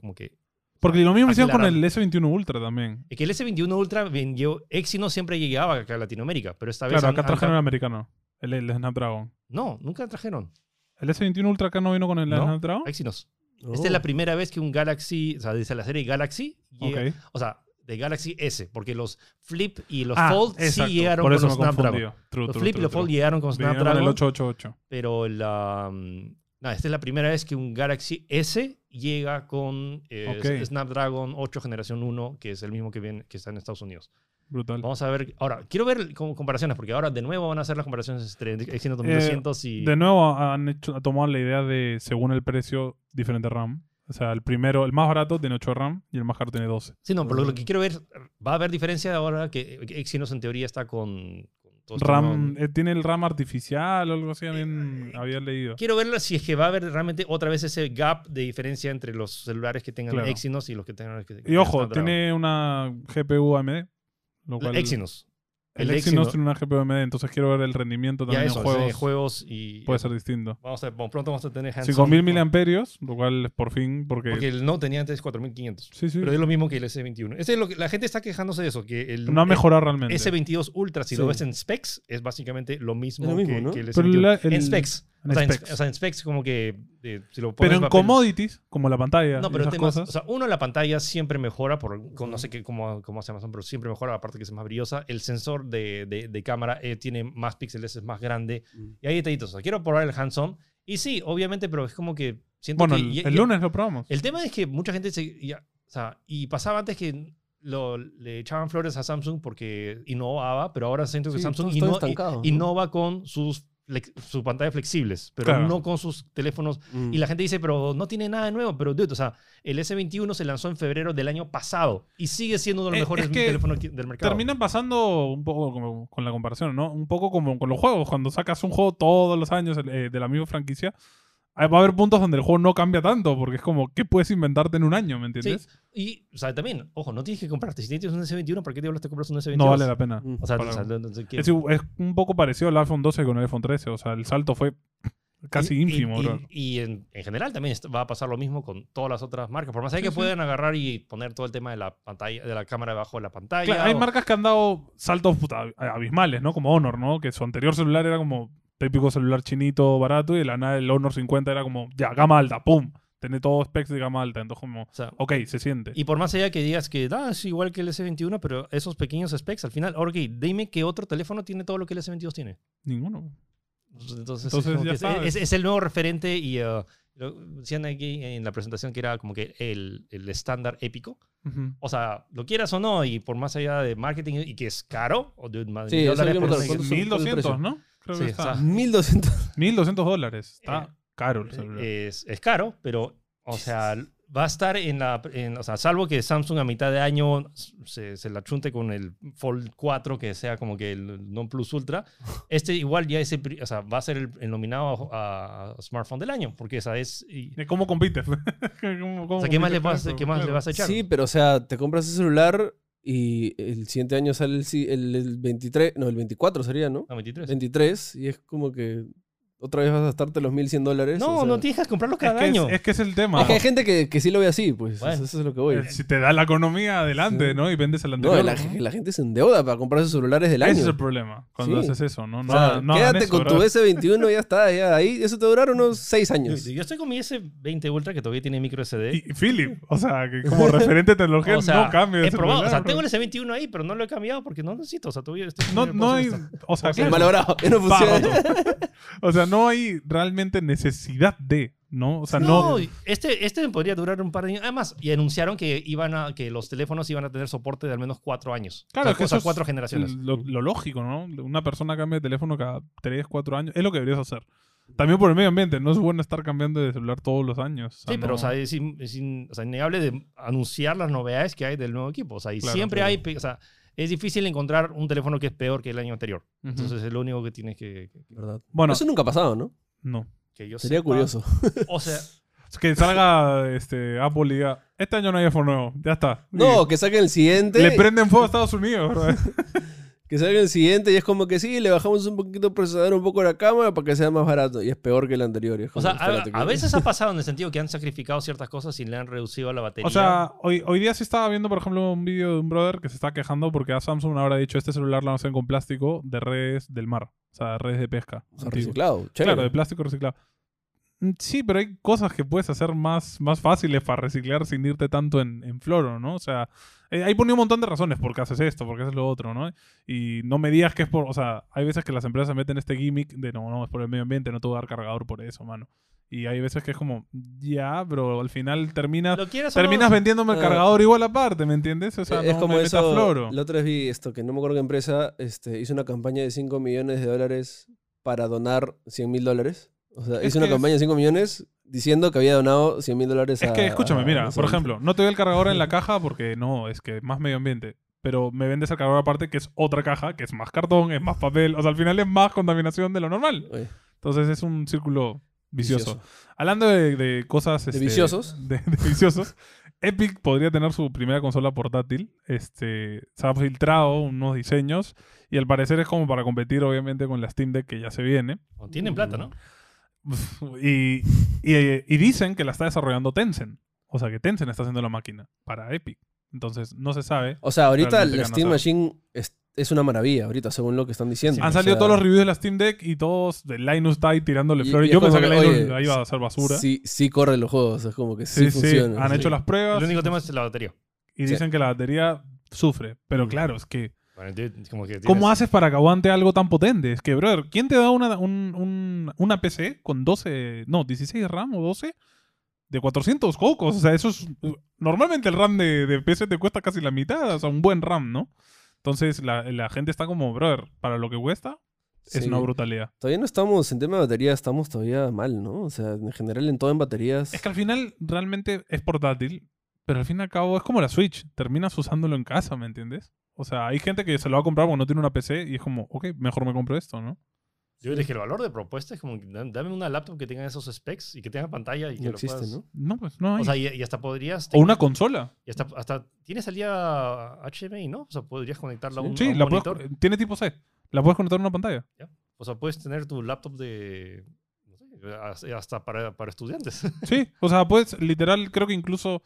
B: como que
A: Porque lo
B: Ah,
A: mismo hicieron con
B: Aclarar.
A: el S21 Ultra también.
B: Es que el S21 Ultra vendió. Exynos siempre llegaba acá a Latinoamérica, pero esta vez.
A: Claro,
B: han-
A: acá
B: han-
A: trajeron el americano, el, el Snapdragon.
B: No, nunca trajeron.
A: ¿El S21 Ultra acá no vino con el
B: No.
A: Snapdragon?
B: Exynos.
C: Oh.
B: Esta es la primera vez que un Galaxy, o sea, desde la serie Galaxy,
A: Ok.
B: llega- o sea, de Galaxy S, porque los Flip y los
A: Ah,
B: Fold
A: exacto,
B: sí llegaron
A: Por
B: con
A: eso
B: los
A: me
B: Snapdragon.
A: confundí. True,
B: Los
A: true,
B: Flip y
A: true,
B: los Fold
A: true.
B: llegaron con
A: Vinieron con el
B: Snapdragon,
A: 888.
B: pero la. mm, No, esta es la primera vez que un Galaxy S llega con eh,
A: Ok.
B: Snapdragon 8 Generación 1, que es el mismo que, viene, que está en Estados Unidos.
A: Brutal.
B: Vamos a ver. Ahora, quiero ver como comparaciones, porque ahora de nuevo van a hacer las comparaciones entre Exynos 2200 y.
A: Eh, De nuevo han hecho, han tomado la idea de, según el precio, diferente RAM. O sea, el primero, el más barato tiene 8 de RAM y el más caro tiene 12.
B: Sí, no, pero lo que quiero ver, va a haber diferencia ahora que Exynos en teoría está con. con todo este
A: RAM,
B: nuevo-
A: eh, tiene el RAM artificial o algo así, habían,
B: eh,
A: había leído.
B: Quiero ver si es que va a haber realmente otra vez ese gap de diferencia entre los celulares que tengan
A: Claro.
B: Exynos y los que tengan. que- que
A: Y ojo,
B: Snapdragon.
A: tiene una GPU AMD. Lo cual,
B: Exynos.
A: El,
B: el
A: Exynos
B: Exynos.
A: tiene una GPU AMD, entonces quiero ver el rendimiento
B: Ya
A: también
B: eso,
A: en
B: juegos,
A: juegos.
B: juegos y.
A: Puede ser distinto.
B: Vamos a ver, bueno, pronto vamos a tener hands-on,
A: 5000
B: ¿no?
A: miliamperios, lo cual por fin, porque.
B: Porque el no tenía antes 4500.
A: sí, sí.
B: Pero es lo mismo que el S21. Ese es lo que, la gente está quejándose de eso, que el.
A: no ha
B: el-
A: mejorado realmente.
B: S22 Ultra, si
C: Sí.
B: lo ves en specs, es básicamente lo mismo,
C: Es lo mismo,
B: que,
C: ¿no?
B: que el
A: Pero
B: S21.
A: la- el-
B: en specs.
A: en
B: o, sea, en,
A: specs.
B: o sea, en specs como que eh, si lo pones
A: pero en
B: papel-
A: commodities, como la pantalla
B: No,
A: y
B: pero
A: esas
B: temas,
A: cosas.
B: o sea, uno la pantalla siempre mejora por con no sé qué cómo, cómo hace Amazon, pero siempre mejora aparte que es más brillosa. El sensor de, de- de cámara eh, tiene más píxeles, es más grande
C: Mm.
B: y hay detallitos. O sea, quiero probar el hands-on y sí, obviamente, pero es como que siento
A: bueno,
B: que
A: el,
B: ya-
A: el
B: ya-
A: lunes lo probamos.
B: el tema es que mucha gente se. ya, o sea, y pasaba antes que lo, le echaban flores a Samsung porque innovaba, pero ahora siento que
C: Sí,
B: Samsung
C: todo está
B: inno-
C: estancado,
B: i-
C: ¿no?
B: innova con sus flex- sus pantallas flexibles, pero
A: Claro.
B: no con sus teléfonos.
C: Mm.
B: Y la gente dice, pero no tiene nada de nuevo. Pero, dude, o sea, el S21 se lanzó en febrero del año pasado y sigue siendo uno de los
A: Eh,
B: mejores
A: es que
B: teléfonos que- del mercado.
A: Terminan pasando un poco como con la comparación, ¿no? Un poco como con los juegos. Cuando sacas un juego todos los años eh, de la misma franquicia, eh, va a haber puntos donde el juego no cambia tanto, porque es como, ¿qué puedes inventarte en un año? ¿Me
B: Sí,
A: entiendes?
B: y, o sea, también, ojo, no tienes que comprarte. Si tienes un S21, ¿por qué diablos te compras un S21?
A: no vale la pena.
C: Mm.
B: O sea,
A: para-
B: o sea, no- no sé qué-
A: Es, igu- es un poco parecido al iPhone 12 con el iPhone 13. O sea, el salto fue casi
B: Y- y-
A: ínfimo,
B: y,
A: bro.
B: y en, en general también esto- va a pasar lo mismo con todas las otras marcas. Por más allá
A: Sí,
B: que
A: sí.
B: puedan agarrar y poner todo el tema de la pantalla, de la cámara debajo de la pantalla.
A: Claro, hay
B: o-
A: marcas que han dado saltos puta, abismales, ¿no? Como Honor, ¿no? Que su anterior celular era como típico celular chinito, barato, y de la nada el Honor 50 era como, ya, gama alta, ¡pum! Tiene todos specs de gama alta. Entonces, como,
B: o sea,
A: ok, se siente.
B: y por más allá que digas que "Ah, es igual que el S21, pero esos pequeños specs, al final, ok, dime qué otro teléfono tiene todo lo que el S22 tiene.
A: Ninguno.
B: Entonces, es,
A: Entonces,
B: como
A: ya
B: que es-
A: sabes.
B: es- es el nuevo referente y uh, lo- decían aquí en la presentación que era como que el el estándar épico. O sea, lo quieras o no, y por más allá de marketing y que es caro, o de más de
C: Sí,
B: mil
C: eso
B: dólares
C: habíamos
B: por
C: hablado.
B: una-
C: ¿Cuánto son- cuál es el
A: 1200,
C: precio?
A: ¿no? Creo
B: Sí,
A: que está.
B: está.
C: 1200.
A: 1200 dólares. Está
B: Eh,
A: caro el celular.
B: es, es caro, pero, o sea, va a estar en la. en- o sea, salvo que Samsung a mitad de año se, se la chunte con el Fold 4, que sea como que el non plus ultra. Este igual ya es el pri- o sea, va a ser el, el nominado a, a smartphone del año, porque esa es. y-
A: ¿Y ¿Cómo compites? ¿Cómo- cómo
B: o sea, ¿qué más,
A: compites
B: le
A: con
B: vas,
A: eso?
B: ¿qué más le
A: Claro.
B: vas a echar?
C: Sí, pero o sea, te compras ese celular y el siguiente año sale el, si- el, el 23, no, el 24 sería, ¿no?
B: No, 23.
C: 23 y es como que otra vez vas a gastarte los 1100 dólares.
B: No,
C: o sea.
B: no tienes que comprarlo
A: Es
B: cada
A: que, es,
B: año.
A: es que es el tema.
C: Es que hay gente que, que sí lo ve así, pues
B: Bueno.
C: eso, eso es lo que voy.
A: Eh, Si te da la economía, adelante,
C: Sí.
A: ¿no? Y vendes el
C: No,
A: anterior.
C: la,
A: ¿no?
C: la gente se endeuda para comprar sus celulares del
A: Ese es
C: año.
A: el problema cuando
C: Sí.
A: haces eso, ¿no? No,
C: O sea,
A: hagan- no hagan
C: quédate
A: eso,
C: con tu
A: ¿verdad?
C: S21 y ya está, ya ahí. Eso te durará unos 6 años.
B: Yo estoy con mi S20 Ultra que todavía tiene micro SD.
A: Y y Philip, o sea, que como referente de tecnología
B: O sea,
A: no cambia.
B: he probado, o sea, tengo el S21 ahí, pero no lo he cambiado porque no necesito, o sea, todavía estoy
A: No,
B: me
A: no
B: puedo
A: hay.
B: hacer esto.
A: O sea,
B: O sea,
A: claro.
C: Malogrado, ya no
A: Pa,
C: funciona.
A: roto. O sea, no hay realmente necesidad de, ¿no? O sea, no.
B: No, este, este podría durar un par de años. Además, y anunciaron que iban a, que los teléfonos iban a tener soporte de al menos cuatro años.
A: Claro,
B: o sea,
A: que
B: o sea,
A: eso es
B: cuatro generaciones.
A: Lo, lo lógico, ¿no? Una persona cambia de teléfono cada 3, 4 años. Es lo que deberías hacer. También por el medio ambiente. No es bueno estar cambiando de celular todos los años.
B: Sí, pero
A: no-
B: o sea, es, in- es in- o sea, innegable de anunciar las novedades que hay del nuevo equipo. O sea, y
A: Claro,
B: siempre
A: claro.
B: hay, pe- o sea, es difícil encontrar un teléfono que es peor que el año anterior.
A: Ujú.
B: Entonces es lo único que tienes que, que-
C: ¿Verdad?
A: bueno,
C: Eso nunca ha pasado, ¿no?
A: no.
B: que yo
C: Sería
B: sepa.
C: curioso.
B: O sea,
A: Es que salga este, Apple y diga, este año no hay iPhone nuevo. Ya está.
C: No, que saquen el
A: Y
C: siguiente.
A: le prenden fuego a Estados Unidos, ¿verdad?
C: Que salga el siguiente y es como que sí, le bajamos un poquito el procesador, un poco la cámara para que sea más barato. Y es peor que el anterior. y es
B: O
C: como,
B: sea, a,
C: espérate
B: a
C: que-
B: veces ha pasado en el sentido que han sacrificado ciertas cosas y le han reducido la batería.
A: O sea, hoy, hoy día se estaba viendo, por ejemplo, un vídeo de un brother que se está quejando porque a Samsung ahora ha dicho este celular lo hacen con plástico de redes del mar, o sea, redes de pesca.
C: O sea,
A: antiguas.
C: reciclado. chévere.
A: Claro, de plástico reciclado. Mm, Sí, pero hay cosas que puedes hacer más, más fáciles para reciclar sin irte tanto en, en floro, ¿no? O sea, eh, ahí ponía un montón de razones por qué haces esto, por qué haces lo otro, ¿no? Y no me digas que es por... O sea, hay veces que las empresas meten este gimmick de no, no, es por el medio ambiente, no te voy a dar cargador por eso, mano. Y hay veces que es como, ya, pero al final termina
B: lo quieras o no,
A: terminas vendiéndome el
C: Ah.
A: cargador igual aparte, ¿me entiendes? O sea,
C: es
A: no
C: como
A: me metas
C: eso.
A: floro.
C: La otra vez vi esto, que no me acuerdo qué empresa este, hizo una campaña de 5 millones de dólares para donar 100 mil dólares. O sea,
A: Es
C: hizo una
A: que
C: campaña de 5 millones diciendo que había donado 100 mil dólares
A: Es que
C: a-
A: escúchame,
C: a-
A: mira,
C: no sé,
A: por ejemplo, no te doy el cargador en la caja porque no, es que más medio ambiente. Pero me vendes el cargador aparte, que es otra caja, que es más cartón, es más papel. O sea, al final es más contaminación de lo normal.
C: Oye,
A: Entonces es un círculo vicioso.
C: vicioso.
A: Hablando de, de cosas. este,
C: viciosos?
A: De, de viciosos. Epic podría tener su primera consola portátil. Este, se han filtrado unos diseños. Y al parecer es como para competir, obviamente, con la Steam Deck que ya se viene.
B: o Tienen plata, ¿no?
A: y, y- y dicen que la está desarrollando Tencent. O sea, que Tencent está haciendo la máquina para Epic. Entonces, no se sabe.
C: O sea, ahorita
A: Realmente
C: la
A: ganas
C: Steam
A: algo.
C: Machine es, es una maravilla, ahorita, según lo que están diciendo.
A: Han
C: O
A: salido
C: sea,
A: todos los reviews de la Steam Deck y todos de Linus Tide tirándole
C: Y-
A: flores.
C: y
A: Yo
C: es como
A: pensaba que
C: que,
A: Linus
C: oye,
A: la iba a hacer basura.
C: Sí, sí corren los juegos, es como que sí,
A: Sí, sí,
C: funciona.
A: han
C: sí.
A: hecho las pruebas
B: El único tema es la batería.
A: y
C: sí.
A: dicen que la batería sufre. Pero
C: Mm.
A: claro, es que
B: Bueno, entonces, como que tienes-
A: ¿cómo haces para que aguante algo tan potente? Es que, brother, ¿quién te da una, un- un- una PC con 12, no, 16 de RAM o 12 de 400 cocos? O sea, eso es. Normalmente el RAM de, de PC te cuesta casi la mitad, o sea, un buen RAM, ¿no? Entonces la, la gente está como, brother, para lo que cuesta, es
C: Sí.
A: una brutalidad.
C: Todavía no estamos en tema de batería, estamos todavía mal, ¿no? O sea, en general en todo en baterías.
A: Es que al final realmente es portátil, pero al fin y al cabo es como la Switch. Terminas usándolo en casa, ¿me entiendes? O sea, hay gente que se lo va a comprar porque no tiene una PC y es como, ok, mejor me compro esto, ¿no?
B: Yo dije, el valor de propuesta es como, que da- dame una laptop que tenga esos specs y que tenga pantalla y que
C: no
B: lo
C: existe,
B: puedas-
C: ¿no?
A: No, pues no hay.
B: O
A: O,
B: sea, y, y hasta podrías...
A: una consola.
B: y hasta, hasta tiene salida HDMI, ¿no? O sea, podrías conectarla a
C: Sí.
B: un, a
A: Sí,
B: un
A: la puedes-
B: monitor.
A: tiene tipo C. La puedes conectar a una pantalla.
B: O sea, puedes tener tu laptop de... no sé, as- hasta para, para estudiantes.
A: Sí, o sea, puedes, literal, creo que incluso,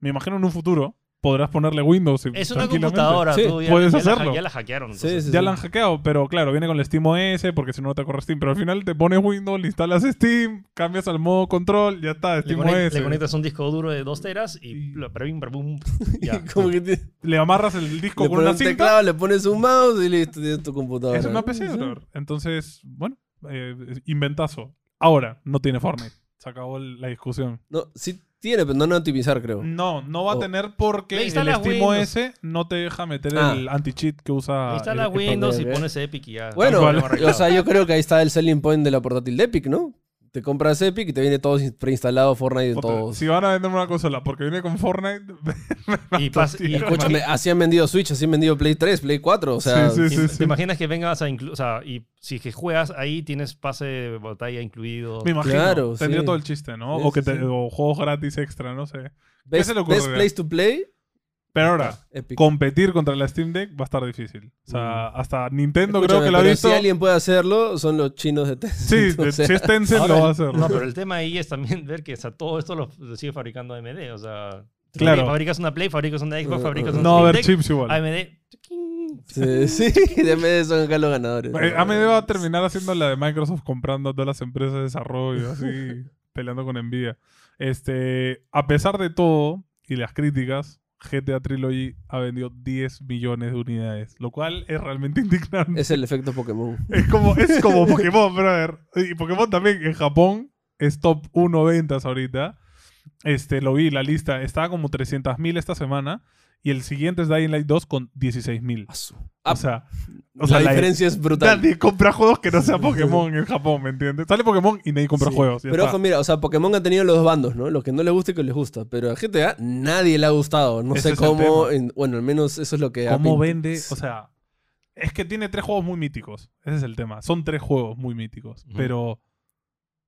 A: me imagino en un futuro, podrás ponerle Windows. y-
B: es una
A: tranquilamente.
B: computadora.
C: Sí,
B: tú ya,
A: puedes
B: ya la ha-
A: hacerlo.
B: ya la hackearon.
C: Sí,
B: entonces.
C: sí,
A: Ya la han hackeado, pero claro, viene con el Steam OS, porque si no, no te corre Steam. Pero al final te pones Windows, le instalas Steam, cambias al modo control, ya está,
B: Le,
A: Steam
B: conect-
A: OS.
B: le conectas un disco duro de 2 teras y...
A: Y-
B: pla- pra- bim, pra- bum, ya.
C: Como que te-
A: le amarras el disco
C: le
A: con una
C: pones un
A: cinta.
C: teclado, le pones un mouse y listo, tienes tu computadora.
A: Es una
C: ¿no?
A: PC,
C: Sí.
A: brother. Entonces, bueno, eh, inventazo. Ahora, no tiene Fortnite. Se acabó el- la discusión.
C: No, sí tiene, pero no no optimizar, creo.
A: No, no va a
C: Oh.
A: tener porque
B: Le
A: el
B: instalas
A: Steam
B: Windows.
A: OS no te deja meter
C: Ah.
A: el anti-cheat ah, que ¿eh? usa.
B: Instala
A: el- el-
B: Windows y
C: ok.
B: pones Epic y ya.
C: Bueno,
A: cual.
B: Problema arreglado.
C: o sea, yo creo que ahí está el selling point de la portátil de Epic, ¿no? Te compras Epic y te viene todo preinstalado Fortnite en
A: Puta,
C: todos.
A: Si van a venderme una consola porque viene con Fortnite,
B: y pas-
A: tío.
B: y-
C: Escúchame, así han vendido Switch, así han vendido Play 3, Play 4, o sea...
A: Sí, sí,
B: Im-
A: sí,
B: ¿Te imaginas que vengas a inclu- o sea, y si que juegas ahí tienes pase de batalla incluido?
A: me imagino.
C: Claro,
A: tendría
C: sí.
A: todo el chiste, ¿no?
C: Sí,
A: o, que
C: sí,
A: te-
C: sí.
A: o juegos gratis extra, no sé.
C: Best,
A: se le ocurre?
C: best place to play,
A: Pero ahora,
C: Epic. Mm.
A: competir contra la Steam Deck va a estar difícil. O sea, hasta Nintendo creo
C: Escúchame,
A: que lo ha
C: pero
A: visto.
C: Si alguien puede hacerlo, son los chinos de Tencent.
A: Sí,
C: o
A: de-
C: sea,
A: si es Tencent
B: Ahora,
A: lo va a hacer.
B: No, pero el tema ahí es también ver que o sea, todo esto lo, lo sigue fabricando AMD. O sea, tú
A: Claro.
B: fabri- fabricas una Play, fabricas una Xbox,
C: Mm,
B: fabricas
C: mm.
B: una
A: No va a haber
B: Steam Deck,
A: chips igual.
B: AMD. tchiquín.
C: Sí, sí, de MD son acá los ganadores.
A: Eh, AMD va a terminar haciendo la de Microsoft comprando a todas las empresas de desarrollo, así, peleando con envidia. Este, a pesar de todo y las críticas, GTA Trilogy ha vendido 10 millones de unidades, lo cual es realmente indignante. Es,
C: Es el efecto Pokémon.
A: como, es como Pokémon, brother. Y Pokémon también en Japón es top 1 ventas ahorita. Este, lo vi, la lista estaba como 300.000 esta semana y el siguiente es Dying Light 2 con 16.000.
C: Ah,
A: O sea, o sea,
C: la,
A: la-
C: diferencia es brutal.
A: Nadie compra juegos que no sea Pokémon en Japón, ¿me entiendes? Sale Pokémon y nadie compra
C: Sí.
A: juegos. ya
C: Pero
A: está.
C: ojo, mira, o sea, Pokémon ha tenido los dos bandos, ¿no? Los que no les gusta y que les gusta. Pero a GTA nadie le ha gustado. No
A: Ese
C: sé
A: es el
C: cómo. en- bueno, al menos eso es lo que. ha
A: ¿Cómo
C: pint-
A: vende? O sea, es que tiene tres juegos muy míticos. Ese es el tema. Son tres juegos muy míticos.
B: Ujú.
A: Pero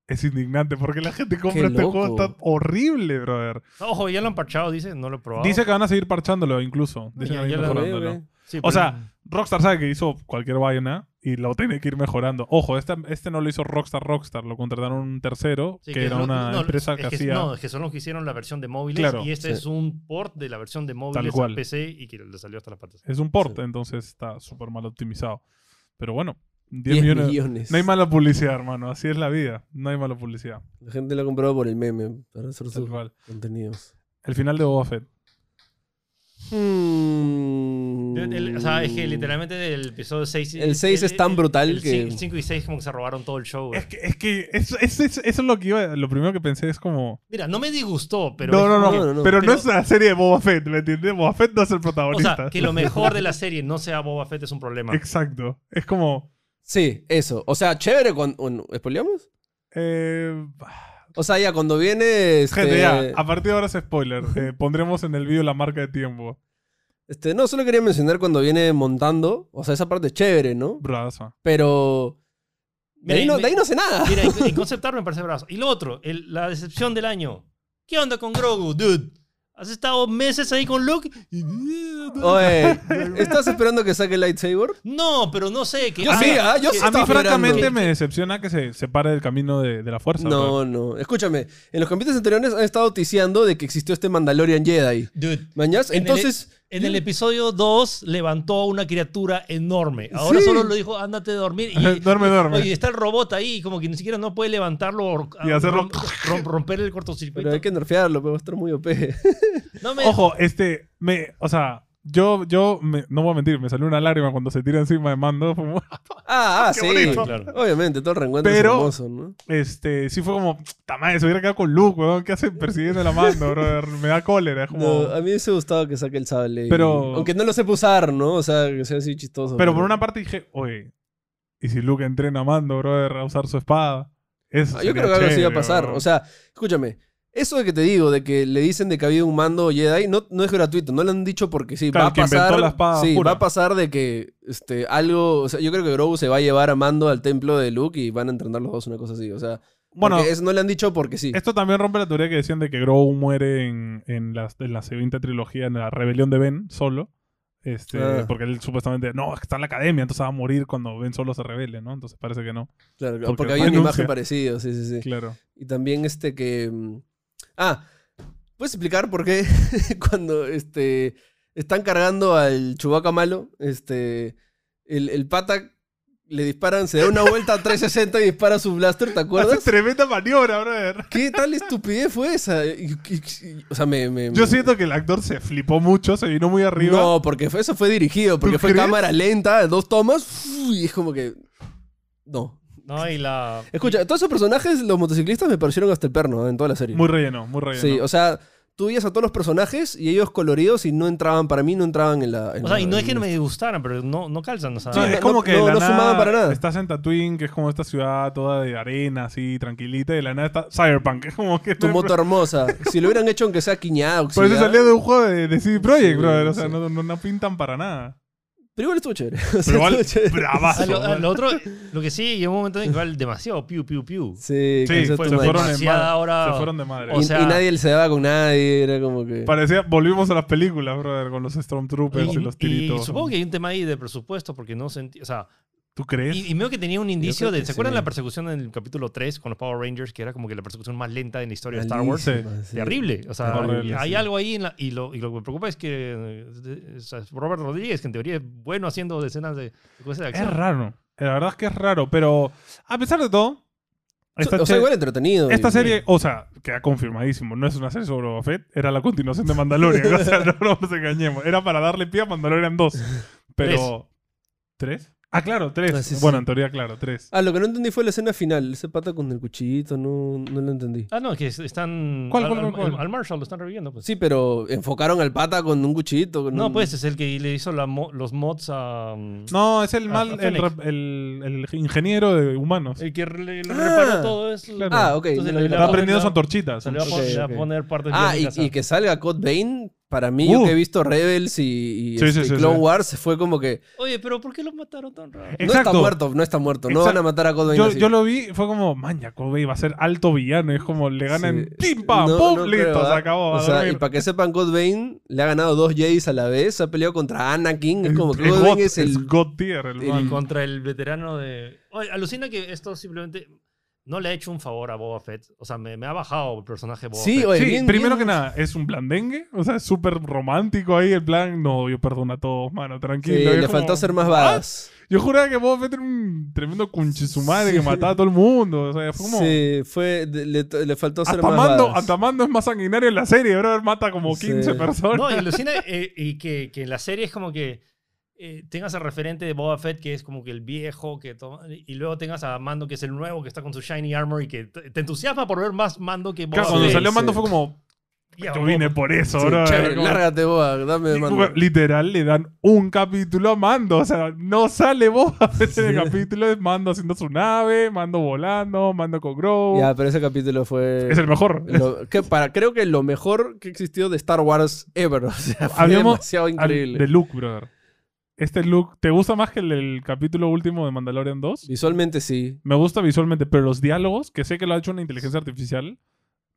A: es indignante porque la gente compra
C: Qué
A: este juego.
C: loco.
A: Está horrible, brother.
B: No, Ojo, ya lo han parchado, dice, no lo he probado.
A: Dice que van a seguir parchándolo incluso. Dice que
B: Ya-
A: van a ir
B: ya lo-
C: Ve,
A: mejorándolo.
C: ve.
B: Sí,
A: o
B: pero-
A: sea, Rockstar sabe que hizo cualquier vaina y lo tiene que ir mejorando. Ojo, este, este no lo hizo Rockstar Rockstar, lo contrataron un tercero,
B: sí,
A: que, era
B: no-
A: una
B: no,
A: empresa
B: es
A: que,
B: es-
A: hacía...
B: No, es que son los que hicieron la versión de móviles
A: Claro,
B: y este
C: sí.
B: es un port de la versión de
A: Tal
B: móviles
A: cual.
B: a PC y que le salió hasta las patas.
A: Es un port,
C: Sí.
A: entonces está súper mal optimizado. Pero bueno, 10,
C: 10
A: millones.
C: millones.
A: No hay mala publicidad, hermano. Así es la vida. No hay mala publicidad.
C: La gente lo ha comprado por el meme, para hacer
A: Tal
C: sus
A: cual.
C: contenidos.
A: El final de Boba Fett.
C: Hmm.
B: El- el- o sea, es que literalmente el episodio 6...
C: Mm. El seis es tan brutal que-
B: El 5 y 6 como que se robaron todo el show.
A: Es que, es que eso, eso- eso- eso es lo que iba. Lo primero que pensé es como.
B: Mira, no me disgustó, pero...
A: no,
B: es
A: no, no,
B: como que-
A: Pero no
C: no, no.
B: Pero-
A: es la serie de Boba Fett, ¿me entiendes? Boba Fett no es el
B: O
A: protagonista.
B: sea, que lo mejor de la serie no sea Boba Fett es un problema.
A: Exacto. Es como.
C: Sí, eso. O sea, chévere cuando. Bueno, ¿Spoileamos?
A: eh,
C: O sea, ya cuando viene. Este,
A: gente, ya. A partir de ahora es spoiler. Eh, pondremos en el vídeo la marca de tiempo.
C: este, no, solo quería mencionar cuando viene montando. O sea, esa parte es chévere, ¿no?
A: Brazo.
C: Pero. De,
B: Mira,
C: ahí, no,
B: me-
C: de ahí no sé nada.
B: Mira, y, y conceptar me parece brazo. Y lo otro, el- la decepción del año. ¿Qué onda con Grogu, dude? Has estado meses ahí con Luke. y-
C: Oye, ¿estás esperando que saque el lightsaber?
B: No, pero no sé. Que,
C: Yo sí,
B: ah,
C: ¿ah? Yo sí
A: A mí,
C: estaba
A: francamente,
C: esperando.
A: me decepciona que se separe del camino de, de la fuerza. bro.
C: No, no. Escúchame, en los capítulos anteriores han estado ticiando de que existió este Mandalorian Jedi.
B: Dude,
C: ¿Mañas?
B: En el-
C: Entonces.
B: en el episodio 2 levantó a una criatura enorme. Ahora
C: Sí.
B: solo le dijo, ándate a dormir. Y,
A: duerme, duerme.
B: oye, está el robot ahí, como que ni siquiera no puede levantarlo o-
A: Y hacerlo-
B: rom- romper
A: e-
B: el
C: Pero hay
B: cortocircuito.
C: que nerfearlo, pero va a estar muy OP.
B: No me-
A: Ojo, este, me, o sea, yo, yo, me- no voy a mentir, me salió una lágrima cuando se tira encima de Mando. fue como-
C: Ah, ah,
A: Qué
C: sí.
A: bonito.
B: Claro.
C: Obviamente, todo el reencuentro
A: Pero-
C: es hermoso, ¿no?
A: Este, sí fue como, "Ta madre, se hubiera quedado con Luke, weón, ¿qué hace persiguiendo a Mando, brother? Me da cólera, es como...
C: No, a mí me hubiese gustado que saque el sable. y-
A: Pero-
C: Aunque no lo sepa usar, ¿no? O sea, que sea así chistoso.
A: pero por una parte dije, oye, Y si Luke entrena a Mando, brother, a usar su espada. Eso
C: Ah, yo
A: sería
C: creo que algo así va a
A: chévere,
C: pasar.
A: bro.
C: O sea, escúchame. Eso de que te digo, de que le dicen de que ha habido un mando Jedi, no, no es gratuito. No lo han dicho porque sí.
A: Claro,
C: va a
A: el que inventó
C: pasar.
A: la espada
C: sí,
A: oscura.
C: va a pasar de que este, algo. O sea, yo creo que Grogu se va a llevar a mando al templo de Luke y van a entrenar los dos, una cosa así. O sea,
A: bueno,
C: porque eso no le han dicho porque sí.
A: esto también rompe la teoría que decían de que Grogu muere en, en, la, en la siguiente trilogía, en la rebelión de Ben, solo. Este,
C: Ah.
A: Porque él supuestamente, no, es que está en la academia, entonces va a morir cuando Ben solo se revele, ¿no? Entonces parece que no.
C: Claro,
A: porque
C: porque, había una
A: anuncia.
C: imagen parecida. Sí, sí, sí.
A: Claro.
C: Y también este que... mm, Ah, ¿puedes explicar por qué cuando este, están cargando al Chubaca malo, este, el, el pata le disparan, se da una vuelta a 360 y dispara su blaster, ¿te
A: Hace
C: acuerdas?
A: tremenda maniobra, brother.
C: ¿Qué tal estupidez fue esa? Y- y- y- O sea, me... me-
A: Yo
C: me-
A: siento que el actor se flipó mucho, se vino muy arriba.
C: No, porque fue- eso fue dirigido, porque
A: ¿Tú
C: fue
A: crees?
C: cámara lenta, dos tomas, y es como que... No.
B: No, y la...
A: Eh,
C: Escucha, todos esos personajes, los motociclistas, me parecieron hasta el perno ¿eh? en toda la serie.
A: Muy relleno, muy relleno.
C: Sí, o sea, tú veías a todos los personajes y ellos coloridos y no entraban, para mí no entraban en la... en
B: O sea,
C: la-
B: y no es que
C: en-
B: no me gustaran, pero no, no calzan. O sea,
A: eh, Sí,
C: Ah,
A: es
C: no-
A: como que de
C: no-
A: la
C: no
A: nada
C: sumaban para nada.
A: Estás en Tatooine, que es como esta ciudad toda de arena, así, tranquilita, y de la nada está Cyberpunk. que Es como que...
C: Tu moto hermosa. si lo hubieran hecho aunque sea quiñada,
A: Por eso
C: oxidada,
A: salió de un juego de, de CD Projekt,
C: ¿ah? Sí,
A: brother. O sea,
C: sí.
A: no, no, no pintan para nada.
C: Pero igual estuvo chévere. O sea,
A: Pero igual,
C: estuvo chévere.
B: a
A: bravazo.
B: lo, a
A: brother.
B: lo otro, lo que sí, llegó un momento en igual demasiado piu, piu, piu.
C: Sí,
A: Sí,
C: cansó
A: fue-
C: tu
A: se
C: madre.
A: fueron en
B: Demasiada
A: mal.
B: ahora-
A: Se fueron de madre.
B: o
C: Y-
B: sea-
C: y nadie se daba con nadie, era como que...
A: Parecía, volvimos a las películas, brother, con los Stormtroopers y,
B: Y,
A: los
B: y
A: tiritos.
B: supongo que hay un tema ahí de presupuesto, porque no sentí. O sea,
A: ¿Tú crees?
B: y, y veo que tenía un indicio
C: creo
B: de.
C: que
B: ¿Se acuerdan
C: sí.
B: la persecución en el capítulo 3 con los Power Rangers, que era como que la persecución más lenta en la historia de Star
C: Malísima,
B: Wars?
C: sí.
B: Terrible. O sea,
A: Horrible,
B: hay
A: sí.
B: algo ahí en la- y, lo, y lo que me preocupa es que eh, o sea, Robert Rodríguez, que en teoría es bueno haciendo decenas de de cosas de acción.
A: Es raro. La verdad es que es raro, pero a pesar de todo,
C: O
A: esta,
C: sea,
A: che-
C: igual entretenido.
A: esta
C: y-
A: serie, o sea, queda confirmadísimo, no es una serie sobre Boba Fett, era la continuación de Mandalorian, o sea, no, no nos engañemos, era para darle pie a Mandalorian 2, pero... ¿Tres? Ah, claro, tres.
C: Ah, sí, sí.
A: bueno, en teoría, claro, tres.
C: Ah, lo que no entendí fue la escena final. Ese pata con el cuchillito, no, no lo entendí.
B: Ah, no, que es- están.
A: ¿Cuál,
B: al-
A: cuál,
B: al-
A: cuál, cuál?
B: Al Marshall lo están reviviendo, pues.
C: Sí, pero enfocaron al pata con un cuchillito. con
B: No,
C: un-
B: pues es el que le hizo la mo- los mods a. um,
A: No, es el
B: Ah,
A: mal, el,
B: Fénix.
A: rep- el- el ingeniero de humanos.
B: El que le, le
C: Ah.
B: reparó todo eso.
A: Claro.
C: Ah, ok.
B: Entonces,
C: no lo
B: le-
C: vi.
B: le-
A: Está aprendiendo
B: la-
A: son torchitas.
B: Se le va a
C: Ok,
B: poner, le va a
C: ok.
B: poner partes
C: Ah, y,
B: biónicas a-
C: y que salga Cod Bane, para mí, yo
A: Uh.
C: que he visto Rebels y, y
A: Sí, sí,
C: este,
A: sí,
C: Clone
A: sí.
C: Wars, fue como que
B: Oye, pero ¿por qué lo mataron tan raro?
A: Exacto.
C: no está muerto, no está muerto, no
A: Exacto.
C: van a matar a Cod Bane
A: Yo,
C: así.
A: yo lo vi, fue como, maña, Kobe va a ser alto villano. Y es como, le ganan,
C: Sí.
A: ¡pim, pam,
C: No,
A: pum!
C: no
A: listo,
C: creo,
A: se
C: ¿ah?
A: acabó.
C: O
A: a
C: sea, y
A: dormir.
C: para que sepan, Cod Bane le ha ganado dos Jays a la vez, ha peleado contra Anakin, es como que
A: es
C: Cod
A: God,
C: Bane
A: es
C: es el...
A: God tier, el
C: el
A: man.
B: Contra el veterano de. Oye, alucina que esto simplemente no le ha hecho un favor a Boba Fett. O sea, me, me ha bajado el personaje Boba
C: Sí,
B: Fett.
C: oye,
A: Sí,
C: bien-
A: primero
C: bien-
A: que nada, es un blandengue. O sea, es súper romántico ahí el plan. No, yo perdono a todos, mano,
C: Sí,
A: tranquilo. Y es
C: le
A: como,
C: faltó ser más
A: "¿What?".
C: badass.
A: Yo juraba que Boba Fett era un tremendo cunchisumadre que
C: Sí.
A: mataba a todo el mundo. O sea, fue como.
C: Sí, fue, de- le, le faltó ser
A: Hasta
C: más
A: Mando,
C: badass.
A: hasta Mando es más sanguinario en la serie, brother. Mata como
C: Sí.
A: 15 personas.
B: No, y alucina eh, y que, que en la serie es como que eh, tengas al referente de Boba Fett, que es como que el viejo, que toma- y luego tengas a Mando, que es el nuevo, que está con su shiny armor y que te te entusiasma por ver más Mando que Boba
A: Claro, cuando
B: Fett.
A: salió
C: sí.
A: Mando fue como,
B: Ya,
A: yo vine
B: Boba-
A: por eso,
C: Sí,
A: brother.
C: chévere,
A: Como-
C: lárgate, boa, dame mando.
A: Bueno, Literal, le dan un capítulo a Mando. O sea, no sale Boba Fett en el capítulo. Es Mando haciendo su nave, Mando volando, Mando con Grow.
C: Ya, pero ese capítulo fue...
A: Es el mejor.
C: lo- que para, creo que lo mejor que existió de Star Wars ever. O sea, fue
A: Hablemos
C: demasiado
A: Al-
C: increíble.
A: de Luke, brother. Este Luke, ¿te gusta más que el del capítulo último de Mandalorian 2?
C: Visualmente sí.
A: Me gusta visualmente, pero los diálogos, que sé que lo ha hecho una inteligencia artificial,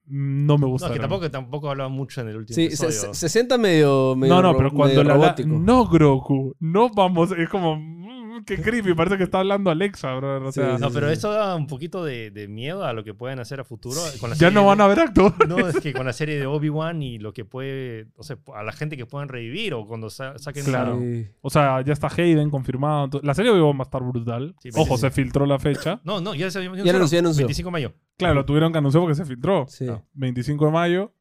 A: mm, no me
B: No,
A: gusta.
B: es que tampoco, tampoco hablaba mucho en el último
C: Sí, se,
B: episodio.
C: se- se sienta medio, medio
A: no, no,
C: ro-
A: pero cuando
C: medio
A: la, la-
C: robótico.
A: No, Grogu. No vamos. Es como. mm, qué creepy. Parece que está hablando Alexa, brother. O
C: Sí,
A: sea,
C: sí,
B: No,
C: sí.
B: pero esto da un poquito de, de miedo a lo que pueden hacer a futuro. Con la
C: Pues
A: ya
B: serie
A: no van
B: de-
A: a ver actor.
B: No, es que con la serie de Obi-Wan y lo que puede. O sea, a la gente que puedan revivir o cuando sa- saquen. la-
A: Claro.
C: Sí.
A: O sea, ya está Hayden confirmado. Entonces, La serie de Boba va a estar brutal.
B: Sí,
A: Ojo,
C: sí,
A: se filtró la fecha.
B: No, no, ya se había
C: Ya lo anuncié, anunció.
B: 25 de mayo.
A: Claro, lo tuvieron que anunciar porque se filtró.
C: Sí.
A: Ah, 25 de mayo,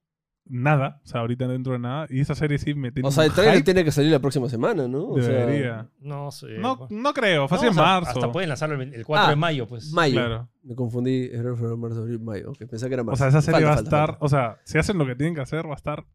A: nada. O sea, ahorita dentro de nada. Y esa serie sí me tiene.
C: O sea,
A: un
C: el trailer
A: hype.
C: tiene que salir la próxima semana, ¿no? O sea,
A: Debería.
B: No sé.
A: No,
B: bueno.
A: no creo. Fácil
B: No,
A: en
B: o sea,
A: marzo.
B: Hasta pueden lanzarlo el vein- el 4
C: Ah,
B: de mayo, pues.
C: mayo.
A: Claro.
C: Me confundí. Era febrero, marzo, abril, mayo. Ok, pensé que era marzo.
A: O sea, esa serie
C: Falta,
A: va a
C: falta,
A: estar.
C: falta.
A: O sea, si hacen lo que tienen que hacer, va a estar.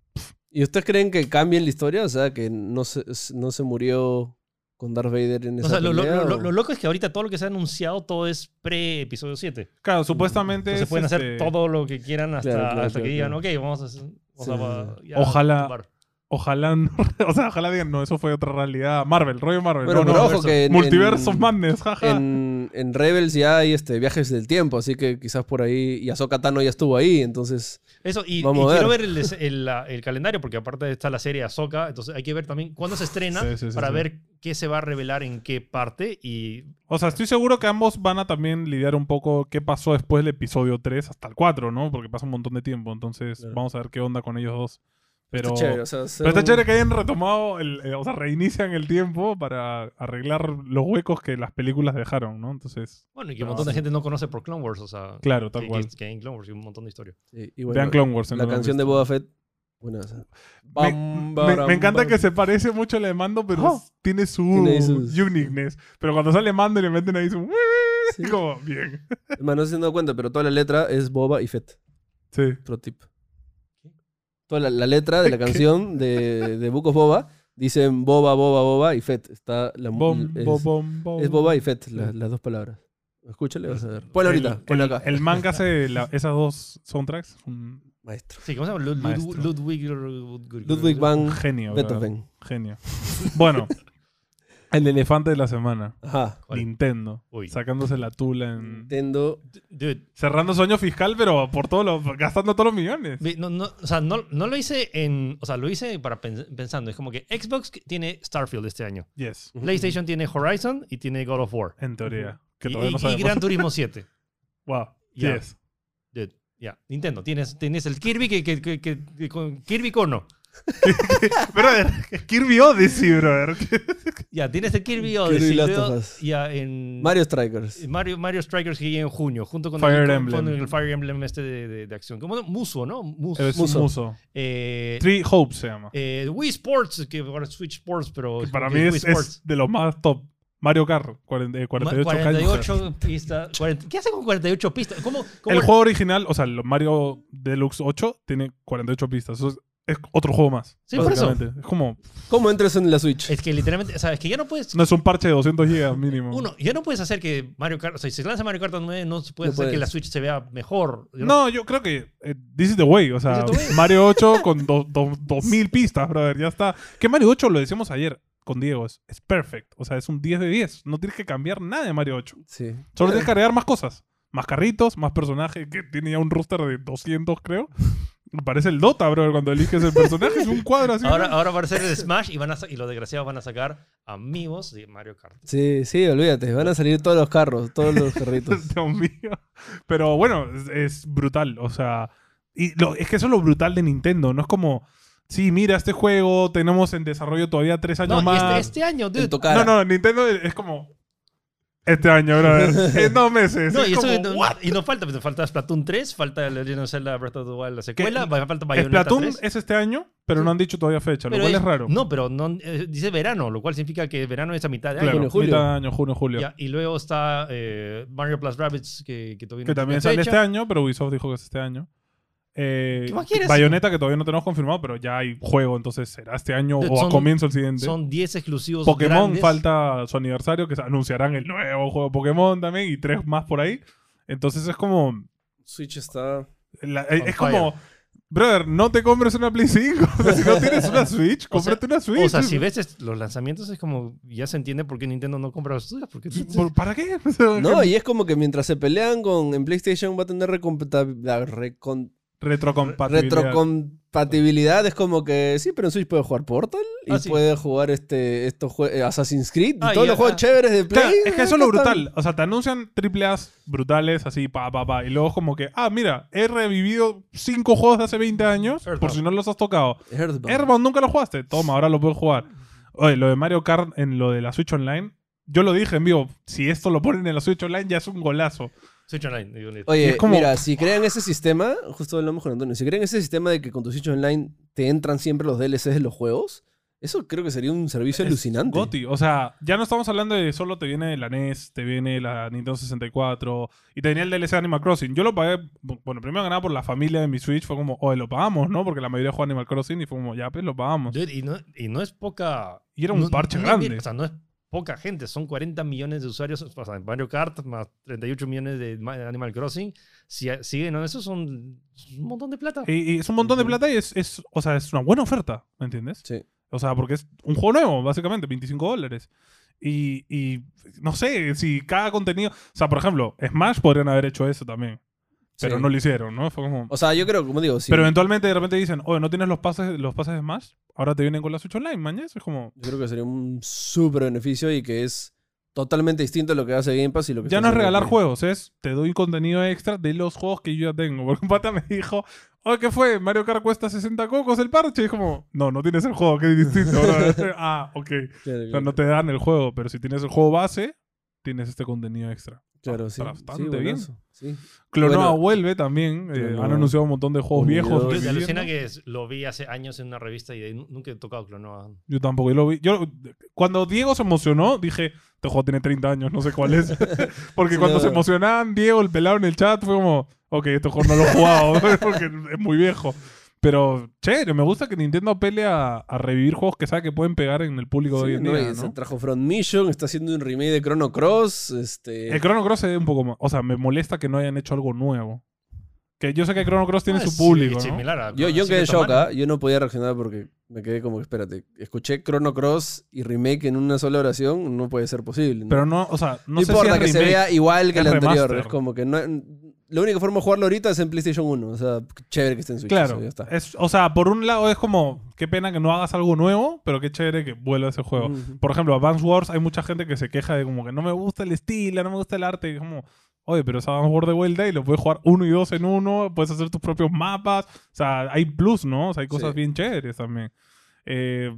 C: ¿Y ustedes creen que cambien la historia? O sea, que no se, no se murió con Darth Vader en
B: O
C: esa
B: sea, lo, lo-
C: pelea,
B: lo-
C: o-
B: lo loco es que ahorita todo lo que se ha anunciado, todo es pre-episodio 7.
A: Claro, supuestamente.
B: Entonces
A: es,
B: pueden hacer
A: este,
B: todo lo que quieran hasta,
C: Claro, claro,
B: hasta que
C: claro,
B: digan, ok, vamos a hacer... vamos a-
C: sí,
B: ya,
A: Ojalá-
B: tumbar".
A: Ojalá, no- o sea, ojalá digan, no, eso fue otra realidad. Marvel, rollo Marvel.
C: Bueno,
A: no,
C: pero
A: no,
C: ojo que en-
A: Multiverse
C: en-
A: of Madness, jaja.
C: en, en Rebels ya hay este, viajes del tiempo, así que quizás por ahí. Y Ahsoka Tano ya estuvo ahí, entonces.
B: Eso, y,
C: Vamos
B: y
C: a ver.
B: quiero ver el, des- el, la- el calendario, porque aparte está la serie Ahsoka, entonces hay que ver también cuándo se estrena
A: Sí, sí, sí,
B: para
A: sí.
B: ver qué se va a revelar en qué parte y...
A: O sea, estoy seguro que ambos van a también lidiar un poco qué pasó después del episodio 3 hasta el 4, ¿no? Porque pasa un montón de tiempo, entonces
C: Claro.
A: vamos a ver qué onda con ellos dos. Pero
C: está chévere, o sea, hacer
A: Pero está
C: un-
A: chévere que hayan retomado, el, eh, o sea, reinician el tiempo para arreglar los huecos que las películas dejaron, ¿no? Entonces,
B: Bueno, y que
A: No,
B: un montón de
A: sí.
B: gente no conoce por Clone Wars, o sea...
A: claro,
B: que-
A: tal cual.
B: Que, que hay en Clone Wars y un montón de historia.
C: Sí, y bueno,
A: Vean Clone Wars. si no
C: la
A: lo han
C: canción de
A: visto.
C: Boba Fett. Bueno, o sea,
A: Me,
C: bam,
A: me-
C: baram,
A: me encanta
C: bam.
A: que se parece mucho a la de Mando, pero
C: Ah.
A: tiene su
C: Tiene sus-
A: uniqueness. Pero cuando sale Mando y le meten ahí su...
C: Sí.
A: como, bien.
C: Hermano, no se han dado cuenta, pero toda la letra es Boba y Fett.
A: Sí.
C: Otro tip. Toda la, la letra de la canción de, de Book of Boba dicen Boba, Boba, Boba y Fett. Está la, mu-
A: Bom,
C: es,
A: bom, bom, bom.
C: es Boba y Fett, la- las dos palabras. Escúchale, vas a ver. Ponlo
A: El-
C: ahorita, ponlo
A: el-
C: acá.
A: El man que hace la- esas dos soundtracks, un
C: Maestro.
B: Sí, ¿cómo se llama? Lud- Lud-
A: Maestro.
B: Ludwig...
C: Ludwig van
A: genio. ¿verdad?
C: Beethoven.
A: Genio. Bueno, el elefante de la semana.
C: Ajá.
B: ¿Cuál?
A: Nintendo.
B: Uy.
A: Sacándose la tula
B: Mm.
A: en...
C: Nintendo.
B: Dude,
A: Cerrando su año fiscal, pero por todo lo, gastando todos los millones.
B: Ve, No, no, o sea, no, no lo hice en. O sea, lo hice para pens- pensando. Es como que Xbox tiene Starfield este año.
A: Yes,
B: PlayStation tiene Horizon y tiene God of War.
A: en teoría. Que
B: Y,
A: todavía no
B: y- y
A: sabemos.
B: Gran Turismo 7.
A: Wow.
B: Ya.
A: Yes.
B: Dude, ya. Nintendo, tienes, tienes el Kirby que, que, que- que- que- con Kirby Cono.
A: Brother, Kirby Odyssey, brother.
B: Ya, tienes el Kirby
C: Kirby
B: Odyssey.
C: Last
B: luego-
C: of Us.
B: Ya, en
C: Mario Strikers.
B: Mario, Mario Strikers que llega en junio, junto con,
A: Fire
B: el, con-
A: Emblem.
B: con el Fire Emblem este de, de- de acción. Como Muso, ¿no? Muso.
A: Es un
C: Muso.
A: muso.
B: Eh,
A: Three Hopes se llama.
B: eh, Wii Sports, que ahora es Switch Sports, pero.
A: Que para
B: que
A: mí
B: Wii
A: es, es de los más top. Mario Kart, 40, eh, 48
B: Ma-
A: calles.
B: 48 pistas. 40 ¿Qué hace con 48 pistas? ¿Cómo, cómo
A: El juego original, o sea, el Mario Deluxe 8 tiene 48 pistas. Eso es, es otro juego más.
B: Sí, por eso.
A: básicamente. Es como,
C: ¿Cómo entras en la Switch?
B: Es que literalmente, o sea, es que ya no puedes.
A: no es un parche de 200 gigas mínimo.
B: Uno, ya no puedes hacer que Mario Kart. O sea, si se lanza Mario Kart 9, no se puede
C: No
B: hacer que
C: puedes.
B: la Switch se vea mejor. Yo
A: No, yo creo que eh, this is the way. O sea,
B: This is the way.
A: Mario 8 con do- do- 2000 pistas, brother. Ya está. Que Mario 8, lo decíamos ayer con Diego, es, es perfect. O sea, es un 10 de 10. No tienes que cambiar nada de Mario 8.
C: Sí.
A: Solo tienes que agregar más cosas. Más carritos, más personajes, que tiene ya un roster de 200, creo. Me parece el Dota, brother. Cuando eliges el personaje es un cuadro así.
B: Ahora,
A: ¿no?
B: ahora va a ser el Smash y, van a sa- y los desgraciados van a sacar amigos de Mario Kart.
C: Sí, sí, olvídate. Van a salir todos los carros, todos los carritos.
A: Dios mío. Pero bueno, es, es brutal. O sea, y lo- es que eso es lo brutal de Nintendo. No es como, sí, mira, este juego tenemos en desarrollo todavía tres años
B: No, y
A: más.
B: este, este año, dude.
C: en tu cara.
A: No, no, Nintendo es como. Este año, brother. En dos meses.
B: No,
A: Es
B: y, eso,
A: como,
B: no-
A: "What?".
B: y no falta, pues, falta Splatoon 3, falta el Legend of Zelda Breath of the Wild, la secuela,
A: Que-
B: falta Bayonetta
A: Splatoon
B: 3.
A: es este año, pero
B: Sí.
A: no han dicho todavía fecha, lo
B: pero
A: cual es, raro.
B: No, pero no, eh, dice verano, lo cual significa que verano es a mitad de año.
A: claro,
C: junio, julio.
A: mitad de año, junio, julio.
B: Ya, y luego está eh, Mario Plus Rabbids, que, que todavía no
A: Que también
B: tiene
A: sale
B: fecha.
A: este año, pero Ubisoft dijo que es este año. Eh,
B: ¿Qué más quieres?
A: Bayonetta, que todavía no tenemos confirmado, pero ya hay juego, entonces será este año
B: Dude,
A: o
B: son-
A: a comienzo el siguiente.
B: Son 10 exclusivos.
A: ¿eh? Pokémon
B: grandes.
A: falta su aniversario, que se- anunciarán el nuevo juego de Pokémon también y tres más por ahí. Entonces es como.
C: Switch está.
A: la- eh, es
B: fire.
A: como. Brother, no te compres una Play 5. O sea, si no tienes una Switch, cómprate una Switch.
B: O sea, si ves es- los lanzamientos, es como ya se entiende por qué Nintendo no compra los estudios. Porque
A: ¿Por- ¿Para qué? O sea,
C: No, y es como que mientras se pelean con en PlayStation va a tener recompata- la recon-
A: retrocompatibilidad.
C: retrocompatibilidad. Es como que sí, pero en Switch puede jugar Portal y
B: Ah, sí.
C: puede jugar este estos jue- eh, Assassin's Creed y
B: Ah,
C: todos
B: y-
C: los
B: ah.
C: juegos chéveres de Play.
A: Claro, es que eso es
C: acá
A: lo
C: están.
A: brutal. O sea, te anuncian triple A's brutales, así, pa, pa, pa. Y luego es como que, ah, mira, he revivido cinco juegos de hace 20 años, por
B: Earthbound.
A: si no los has tocado.
C: Earthbound.
A: Airbound nunca lo jugaste. Toma, ahora lo puedes jugar. Oye, lo de Mario Kart en lo de la Switch Online, yo lo dije en vivo, si esto lo ponen en la Switch Online ya es un golazo.
B: Switch Online. digo, listo.
A: Y
C: Oye,
A: es como-
C: mira, si crean ese sistema, justo hablamos con Antonio, si crean ese sistema de que con tu Switch Online te entran siempre los DLCs de los juegos, eso creo que sería un servicio
A: Es
C: alucinante.
A: Goti, o sea, ya no estamos hablando de solo te viene la NES, te viene la Nintendo 64 y te venía el DLC de Animal Crossing. Yo lo pagué, bu- bueno, primero ganaba por la familia de mi Switch, fue como, oye, lo pagamos, ¿no? Porque la mayoría juega Animal Crossing y fue como, ya, pues lo pagamos.
B: Dude, y, no, y no es poca.
A: Y era un
B: no-
A: parche
B: no es
A: grande.
B: bien- o sea, no es poca gente, son 40 millones de usuarios, o sea, Mario Kart más 38 millones de Ma- Animal Crossing, si a- siguen en eso son es un montón de plata.
A: Y, y es un montón de
B: Ujú.
A: plata y es, es, o sea, es una buena oferta, ¿me entiendes?
C: Sí.
A: O sea, porque es un juego nuevo, básicamente, 25 dólares. Y, y no sé si cada contenido. O sea, por ejemplo, Smash podrían haber hecho eso también. Pero
C: Sí.
A: no lo hicieron, ¿no? Fue como.
C: O sea, yo creo, como digo, sí.
A: Pero eventualmente de repente dicen, oye, no tienes los pases, los pases de Smash, ahora te vienen con la Switch Online, mañana. Es como.
C: Yo creo que sería un súper beneficio y que es totalmente distinto a lo que hace Game Pass y lo que
A: Ya
C: está
A: no es
C: haciendo
A: regalar
C: Play.
A: juegos, es te doy contenido extra de los juegos que yo ya tengo. Porque un pata me dijo, oye, ¿qué fue? Mario Kart cuesta 60 cocos el parche. Y es como, no, no tienes el juego, que es distinto. bro". ah, ok.
C: Claro,
A: O sea, no
C: claro,
A: te dan el juego, pero si tienes el juego base, tienes este contenido extra.
C: claro, sí.
A: Está bastante
C: Sí,
A: bien.
C: buenazo. Sí.
A: Clonoa
C: Bueno,
A: vuelve también. eh,
C: Clonoa.
A: han anunciado un montón de juegos
C: Unidad.
A: viejos.
C: Yo-
B: Yo- me alucina
A: reviviendo.
B: que es- lo vi hace años en una revista y de ahí nu- nunca he tocado Ah, Clonoa.
A: Yo tampoco yo lo vi. Yo, cuando Diego se emocionó, dije, este juego tiene 30 años, no sé cuál es. Porque
C: Sí,
A: cuando
C: no.
A: se emocionaban, Diego, el pelado en el chat, fue como, ok, este juego no lo he jugado, porque es muy viejo. Pero, che, me gusta que Nintendo pele a, a revivir juegos que sabe que pueden pegar en el público de hoy
C: Sí,
A: en
C: no,
A: día,
C: y se
A: ¿no?
C: Trajo Front Mission, está haciendo un remake de Chrono Cross. Este...
A: El Chrono Cross se ve un poco más. O sea, me molesta que no hayan hecho algo nuevo. Que yo sé que Chrono Cross tiene
B: Ah,
A: su
B: sí,
A: público,
B: es
A: ¿no?
B: similar a
C: Yo,
B: Clonoa,
C: yo
B: así
C: quedé
B: que
C: en shock,
B: está mal.
C: ¿ah? yo no podía reaccionar porque me quedé como, espérate, escuché Chrono Cross y remake en una sola oración, no puede ser posible. ¿no?
A: Pero no, o sea, no,
C: No
A: sé
C: importa
A: si es
C: que se
A: remake.
C: vea igual que
A: es
C: el anterior.
A: remaster.
C: Es como que no. La única forma de jugarlo ahorita es en PlayStation 1. O sea, chévere que esté en Switch.
A: Claro.
C: eso ya está.
A: Es, o sea, por un lado es como, qué pena que no hagas algo nuevo, pero qué chévere que vuelva ese juego.
C: Ujú.
A: Por ejemplo, Advance Wars, hay mucha gente que se queja de como que no me gusta el estilo, no me gusta el arte. Y es como, oye, pero es Advance Wars de vuelta y lo puedes jugar uno y dos en uno, puedes hacer tus propios mapas. O sea, hay plus, ¿no? O sea, hay cosas
C: Sí.
A: bien chéveres también. Eh,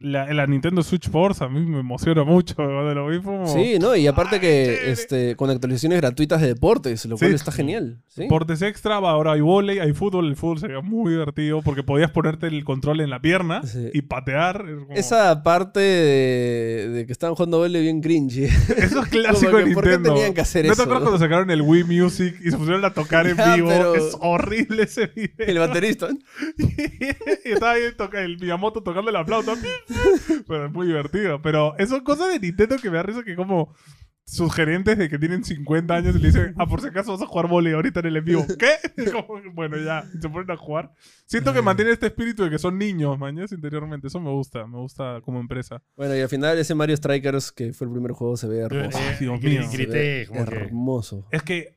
A: la, la Nintendo Switch Force a mí me emociona mucho. De lo mismo, como,
C: Sí, no, y aparte
A: Ay,
C: que
A: chévere.
C: este, con actualizaciones gratuitas de deportes, lo
A: Sí.
C: cual está genial. Sí.
A: Deportes extra, va, ahora hay volei, hay fútbol. El fútbol sería muy divertido porque podías ponerte el control en la pierna
C: Sí.
A: y patear. es como-
C: Esa parte de, de que estaban jugando vole bien cringy.
A: Eso es clásico
C: Como
A: de
C: que,
A: Nintendo.
C: ¿por qué tenían que hacer
A: ¿No te
C: eso,
A: acuerdas
C: no?
A: cuando sacaron el Wii Music y se pusieron a tocar en
C: Ya,
A: vivo?
C: pero-
A: Es horrible ese video.
C: El baterista.
A: y estaba ahí toca- el Miyamoto tocando la flauta. pero es muy divertido. Pero eso es cosa de Nintendo que me da risa que como sus gerentes de que tienen 50 años y le dicen, ah, por si acaso vas a jugar vóley ahorita en el en vivo. ¿Qué? Es como, bueno, ya, y se ponen a jugar. Siento que mantiene este espíritu de que son niños, mañas, interiormente. Eso me gusta, me gusta como empresa.
C: Bueno, y al final ese Mario Strikers, que fue el primer juego, se ve hermoso.
A: Ay,
B: Eh,
A: Dios
B: gri-
A: mío.
C: Se
B: grité
C: ve
B: como que-
C: hermoso.
A: Es que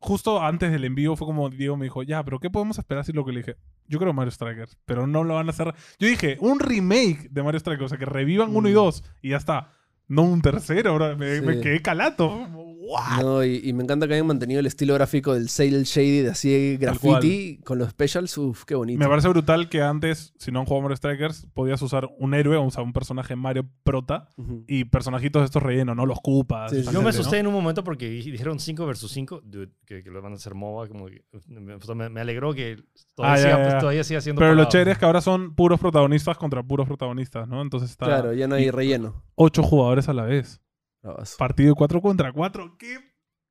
A: justo antes del envío fue como Diego me dijo, ya, pero ¿qué podemos esperar si lo que le dije? Yo creo Mario Strikers, pero no lo van a hacer. Yo dije, un remake de Mario Strikers, o sea, que revivan uno y
C: Mm.
A: dos y ya está. No un tercero, bro. Me,
C: Sí.
A: me quedé calato. ¡Wow!
C: No, y, y me encanta que hayan mantenido el estilo gráfico del Sail Shady de así
A: Tal cual.
C: graffiti con los specials. Uf, qué bonito.
A: Me parece brutal que antes, si no han jugado Mario Strikers, podías usar un héroe, o sea, un personaje Mario prota
C: Ujú.
A: y personajitos de estos rellenos, no los cupas.
C: Sí, sí,
B: Yo me
C: Bastante,
B: asusté en un momento porque di- dijeron 5 versus 5, dude, que, que lo van a hacer MOBA, como que, me, o sea, me- me alegró que todavía,
A: Ah, ya,
B: siga,
A: ya,
B: pues,
A: ya.
B: todavía siga siendo
A: Pero lo
B: pagado.
A: chévere es que ahora son puros protagonistas contra puros protagonistas, ¿no? Entonces está
C: Claro, ya no hay
A: y-
C: relleno.
A: ocho jugadores a la vez.
C: Ah, su-
A: partido de 4 contra 4. ¿Qué?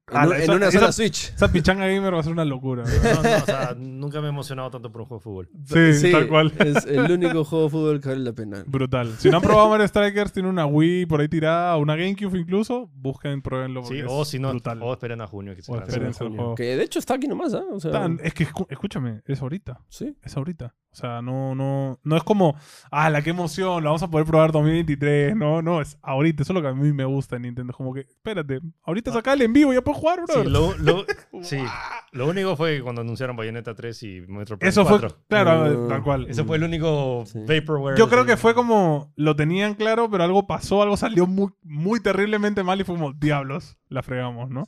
C: En,
A: Ah,
C: un-
A: esa-
C: en una
A: esa-
C: sola Switch.
A: Esa pichanga gamer va a ser una locura. ¿verdad?
B: No, no, o sea, nunca me he emocionado tanto por un juego de fútbol.
A: Sí, tal cual.
C: Es el único juego de fútbol que vale la pena.
A: Brutal. Si no han probado Mario Strikers, tiene una Wii por ahí tirada, o una GameCube incluso, busquen, pruébenlo. porque
B: Sí,
A: es
B: o si no, oh.
A: Brutal.
B: o esperen a junio que se
A: O
B: lance.
A: esperen. Pero es el juego.
C: Que de hecho está aquí nomás, ¿ah? O sea,
A: Tan- es que escu- escúchame, es ahorita.
C: sí.
A: Es ahorita. O sea, no, no, no es como, ah, la qué emoción, lo vamos a poder probar 2023. No, no, es ahorita. Eso es lo que a mí me gusta en Nintendo. Como que, espérate, ahorita saca el en vivo, ya puedes jugar, bro.
B: Ah. Sí, lo, lo- sí, lo único fue cuando anunciaron Bayonetta 3 y Metro Prime
A: Eso
B: 4.
A: fue, claro,
C: Mm.
A: tal cual.
B: Ese fue el único
C: Sí.
B: vaporware.
A: Yo creo
B: así.
A: que fue como lo tenían claro, pero algo pasó, algo salió muy, muy terriblemente mal y fue como, diablos, la fregamos, ¿no?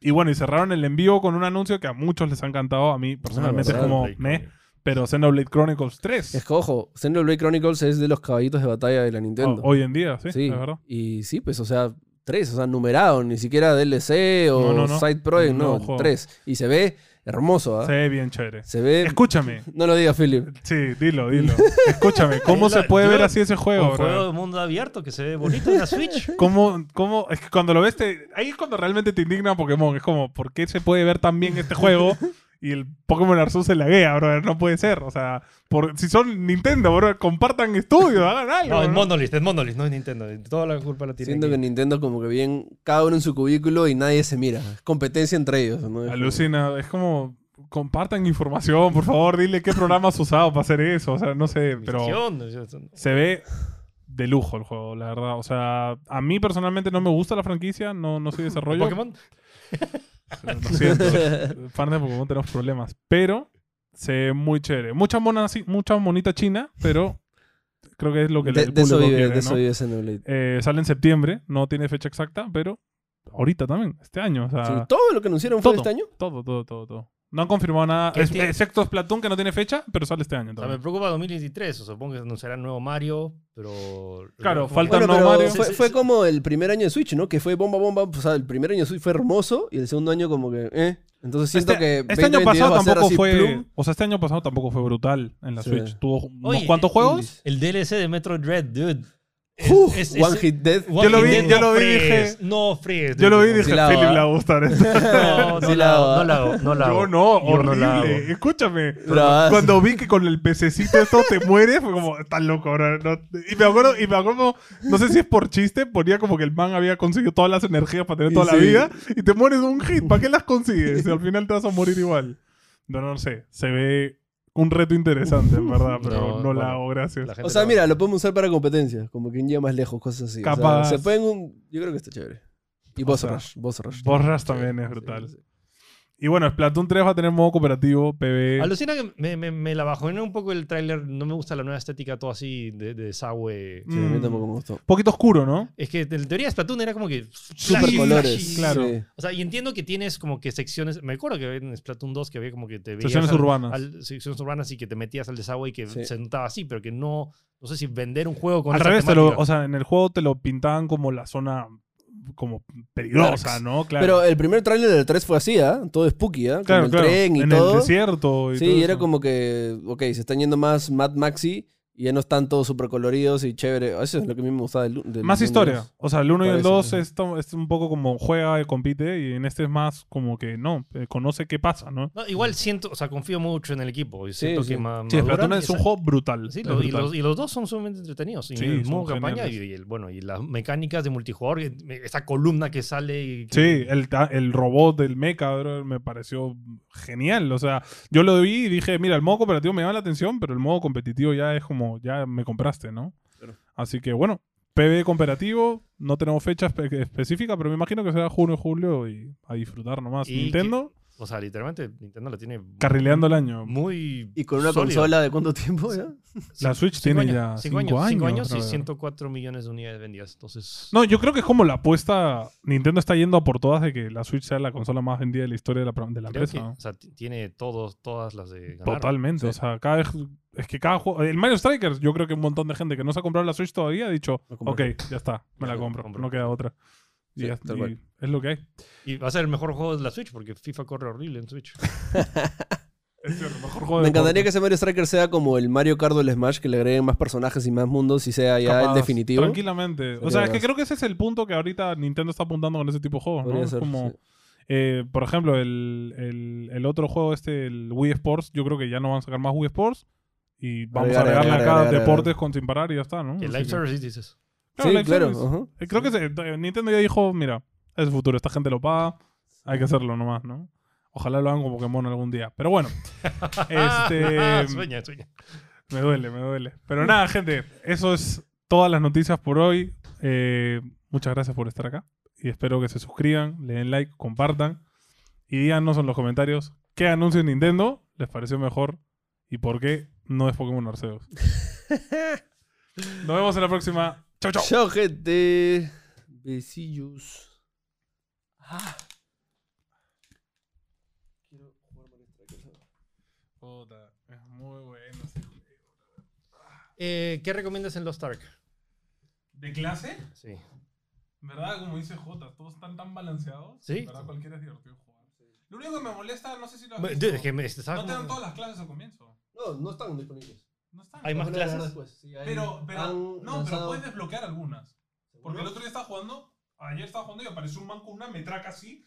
A: Y bueno, y cerraron el en vivo con un anuncio que a muchos les ha encantado, a mí personalmente es
C: ¿verdad?
A: como,
B: Blade
A: meh,
B: Runner.
A: pero Xenoblade Chronicles 3,
C: Es que ojo, Xenoblade Chronicles es de los caballitos de batalla de la Nintendo.
A: o- hoy en día, Oh, sí, es verdad.
C: Y sí, pues, o sea, tres, o sea, numerado, ni siquiera DLC o
A: No, no, no.
C: Side Project, no,
A: No, juego.
C: tres. Y se ve hermoso, ¿ah?
A: Se ve bien chévere.
C: Se ve.
A: Escúchame,
C: No lo digas, Philip.
A: sí, dilo, dilo. Escúchame, ¿cómo
B: Dilo,
A: se puede
B: yo-
A: ver así ese juego,
B: Un
A: bro?
B: juego de mundo abierto que se ve bonito en la Switch.
A: ¿Cómo, cómo, es que cuando lo ves, te- ahí es cuando realmente te indigna Pokémon. Es como, ¿por qué se puede ver tan bien este juego y el Pokémon Arceus se laguea, brother. No puede ser. O sea, por, si son Nintendo, brother, compartan estudios, hagan algo.
B: No, es
A: ¿no?
B: Monolith, es Monolith, no es Nintendo. Toda la culpa la tiene.
C: Siento que
B: aquí.
C: Nintendo como que bien, cada uno en su cubículo y nadie se mira. Es competencia entre ellos. ¿no? Es
A: Alucina, es como compartan información, por favor, dile qué programa has usado para hacer eso, o sea, no sé, pero
B: Misión, o sea, son-
A: se ve de lujo el juego, la verdad. O sea, a mí personalmente no me gusta la franquicia, no, no soy desarrollo.
B: Pokémon.
A: Lo siento, fan de Pokémon tenemos problemas, pero se ve muy chévere. Mucha mona, así- mucha monita china, pero creo que es lo que
C: como-
A: el
C: de, de
A: público
C: eso vive,
A: quiere,
C: de eso
A: ¿no?
C: vive Xenoblade.
A: Eh, sale en septiembre, no tiene fecha exacta, pero ahorita también, este año, o sea,
C: Sí, todo lo que anunciaron fue
A: todo.
C: este año.
A: Todo, todo, todo, todo. No han confirmado nada,
B: ¿Qué
A: es,
B: tiene?
A: excepto Splatoon, que no tiene fecha, pero sale este año.
B: O sea, me
A: también.
B: preocupa 2023, o sea, supongo que anunciará el nuevo Mario, pero...
A: Claro,
B: como-
A: falta- Faltan
C: Bueno,
A: no
C: pero
A: Mario.
C: Fue,
B: Sí, sí,
C: fue
B: sí.
C: como el primer año de Switch, ¿no? Que fue bomba, bomba. O sea, el primer año de Switch fue hermoso y el segundo año como que... Eh. Entonces siento
A: este,
C: que...
A: este año
C: 2022
A: pasado
C: va a ser
A: tampoco
C: así,
A: fue.
C: plum.
A: O sea, este año pasado tampoco fue brutal en la
C: Sí.
A: Switch. Tuvo unos
B: Oye,
A: cuantos
B: eh,
A: juegos.
B: El DLC de Metro Dread, dude.
C: Uf, One Hit Death.
B: One
A: Yo lo
B: Hit
A: vi-
B: Dead,
A: yo lo
B: no
A: vi y
B: fregues,
A: dije-
B: No fríes.
A: Yo lo vi y dije,
C: sí la hago,
A: Philip
C: ¿ah?
A: le va a gustar esto.
B: No, no, la
C: Sí la
B: hago, no
C: hago.
B: la hago, no la hago.
A: Yo no,
B: Yo no
A: horrible.
B: la hago.
A: Escúchame.
C: Bravazo.
A: Cuando vi que con el pececito esto te mueres, fue como, estás loco. ahora no". Y me acuerdo, y me acuerdo, no sé si es por chiste, ponía como que el man había conseguido todas las energías para tener
C: Y
A: toda la
C: sí.
A: vida y te mueres de un hit. ¿Para qué las consigues? Y al final te vas a morir igual. No, no sé. Se ve un reto interesante, en verdad, pero no,
B: No, bueno,
A: la hago, gracias.
B: La gente
C: O sea,
B: la-
C: mira, lo podemos usar para competencia. Como quien llega más lejos, cosas así. O sea,
A: Capaz.
C: se pueden... un- Yo creo que está chévere. Y
A: O
C: Boss
A: sea,
C: Rush. Boss Rush.
A: Borras
C: Chévere,
A: también es
C: sí,
A: brutal.
C: sí, sí.
A: Y bueno, Splatoon 3 va a tener modo cooperativo, PvE.
B: Alucina que me, me, me la bajoné un poco el tráiler. No me gusta la nueva estética, todo así de, de desagüe.
C: Sí, a mí
A: Mm.
C: tampoco me gustó.
A: Poquito oscuro, ¿no?
B: Es que en teoría Splatoon era como que. flashy,
C: Super colores.
B: flashy.
A: claro.
C: sí.
B: O sea, y entiendo que tienes como que secciones. Me acuerdo que en Splatoon 2 que había como que te veías.
A: Sesiones
B: al-
A: urbanas.
B: al- secciones urbanas y que te metías al desagüe y que
C: Sí.
B: se notaba así, pero que no. No sé si vender un juego con.
A: Al
B: esa
A: revés, te lo,
B: temática.
A: o sea, en el juego te lo pintaban como la zona como peligrosa,
C: Darks.
A: ¿no? Claro.
C: Pero el primer tráiler del 3 fue así, ¿ah? Todo spooky, ¿ah?
A: claro,
C: Con el
A: claro.
C: tren y
A: en
C: todo.
A: el desierto. Y
C: Sí,
A: todo
C: y era
A: eso.
C: como que, ok, se están yendo más Mad Maxi y ya no están todos super coloridos y chévere. Ah, Eso es lo que a mí me gustaba del, del
A: Más
C: mundo
A: historia.
C: dos.
A: O sea, el 1 y el
C: Parece,
A: 2
C: sí.
A: es, to- es un poco como juega y compite, y en este es más como que no, eh, conoce qué pasa, ¿no?
B: No, igual siento, o sea, confío mucho en el equipo. Y siento
C: Mm. sí.
B: que ma-
A: Sí,
B: maduran
A: Splatoon
B: y
A: es un
B: esa-
A: juego brutal.
B: Sí,
A: es
B: lo- y,
A: brutal.
B: los, y los dos son sumamente entretenidos. Y
A: Sí,
B: el modo
A: son
B: campaña y,
A: geniales.
B: y el, bueno, y las mecánicas de multijugador, y- me- esa columna que sale. y que-
A: Sí, el, ta- el robot del mecha bro, me pareció genial. O sea, yo lo vi y dije, mira, el modo cooperativo me llama la atención, pero el modo competitivo ya es como, ya me compraste, ¿no?
C: Claro.
A: Así que bueno, PB cooperativo, no tenemos fecha espe- específica, pero me imagino que será junio, julio y a disfrutar nomás.
B: Y que-
A: Nintendo
B: O sea, literalmente Nintendo la tiene
A: carrileando el año.
B: muy.
C: Y con una
B: sólida.
C: consola de cuánto tiempo, ¿ya?
A: La Switch
B: Cinco
A: tiene
B: años,
A: ya
B: cinco años, cinco años y
A: brother.
B: 104 millones de unidades vendidas. Entonces.
A: No, yo creo que es como la apuesta. Nintendo está yendo a por todas de que la Switch sea la consola más vendida de la historia de la, pro- de la
B: creo
A: empresa.
B: que,
A: ¿no?
B: o sea, t- tiene todos, todas las de. ganar.
A: Totalmente, o sea, cada vez- es que cada juego, el Mario Strikers, yo creo que un montón de gente que no se ha comprado la Switch todavía ha dicho,
C: Lo
A: ok,
C: compré.
A: ya está, me
C: Ya
A: la
C: lo
A: compro,
B: compro".
A: no queda otra. Y
C: Sí,
A: ya-
C: tal
A: y
C: cual.
A: es lo que hay.
B: Y va a ser el mejor juego de la Switch porque FIFA corre horrible en Switch.
A: Es el mejor juego
C: Me
A: de
C: encantaría que
A: deportes.
C: ese Mario Striker sea como el Mario Kart o el Smash, que le agreguen más personajes y más mundos y sea ya
A: Capaz,
C: el definitivo.
A: Tranquilamente. O
C: Sería
A: sea, es que
C: buenazo.
A: creo que ese es el punto que ahorita Nintendo está apuntando con ese tipo de juegos, ¿no?
C: Podría
A: Es
C: ser,
A: como,
C: sí.
A: eh, por ejemplo, el, el- el otro juego este, el Wii Sports, yo creo que ya no van a sacar más Wii Sports y vamos a
C: Agregar,
A: agregarle
C: agregar,
A: a cada
C: agregar,
A: deportes con sin parar y ya está, ¿no?
B: el
A: Así
B: Live
A: que-
B: Service dices.
A: Claro,
C: sí,
A: live
C: claro.
A: service.
C: ajá.
A: Eh, Creo que se- eh, Nintendo ya dijo, mira, es el futuro, esta gente lo paga, hay que hacerlo nomás, ¿no? Ojalá lo hagan con Pokémon algún día. Pero bueno,
B: Ah,
A: este,
B: sueña, sueña.
A: me duele, me duele. Pero nada, gente, eso es todas las noticias por hoy. Eh, muchas gracias por estar acá y espero que se suscriban, le den like, compartan y díganos en los comentarios qué anuncio de Nintendo les pareció mejor y por qué no es Pokémon Arceus. Nos vemos en la próxima. Chau, chau.
C: Chao, gente. Besillos. Ah. Quiero jugar Mario Striker. ¿sabes?
A: Puta, es muy bueno. ese juego.
B: Eh, ¿Qué recomiendas en Lost Ark?
A: ¿De clase?
B: Sí.
A: En verdad, como dice Jota, todos están tan balanceados.
B: Sí.
A: En verdad, cualquiera es divertido jugar. Lo único que me molesta, no sé si lo has
B: Me-
A: visto,
B: dude, es que me- este, ¿sabes
A: Ah, No te
B: cómo-
A: dan todas las clases al comienzo.
C: No, no están disponibles.
A: No están.
B: Hay más
C: Ojalá
B: clases.
C: después, pues, sí, hay-
A: Pero, pero,
C: han
A: no, pero
C: lanzado-
A: puedes desbloquear algunas. Porque el otro día estaba jugando, ayer estaba jugando y apareció un man con una metraca así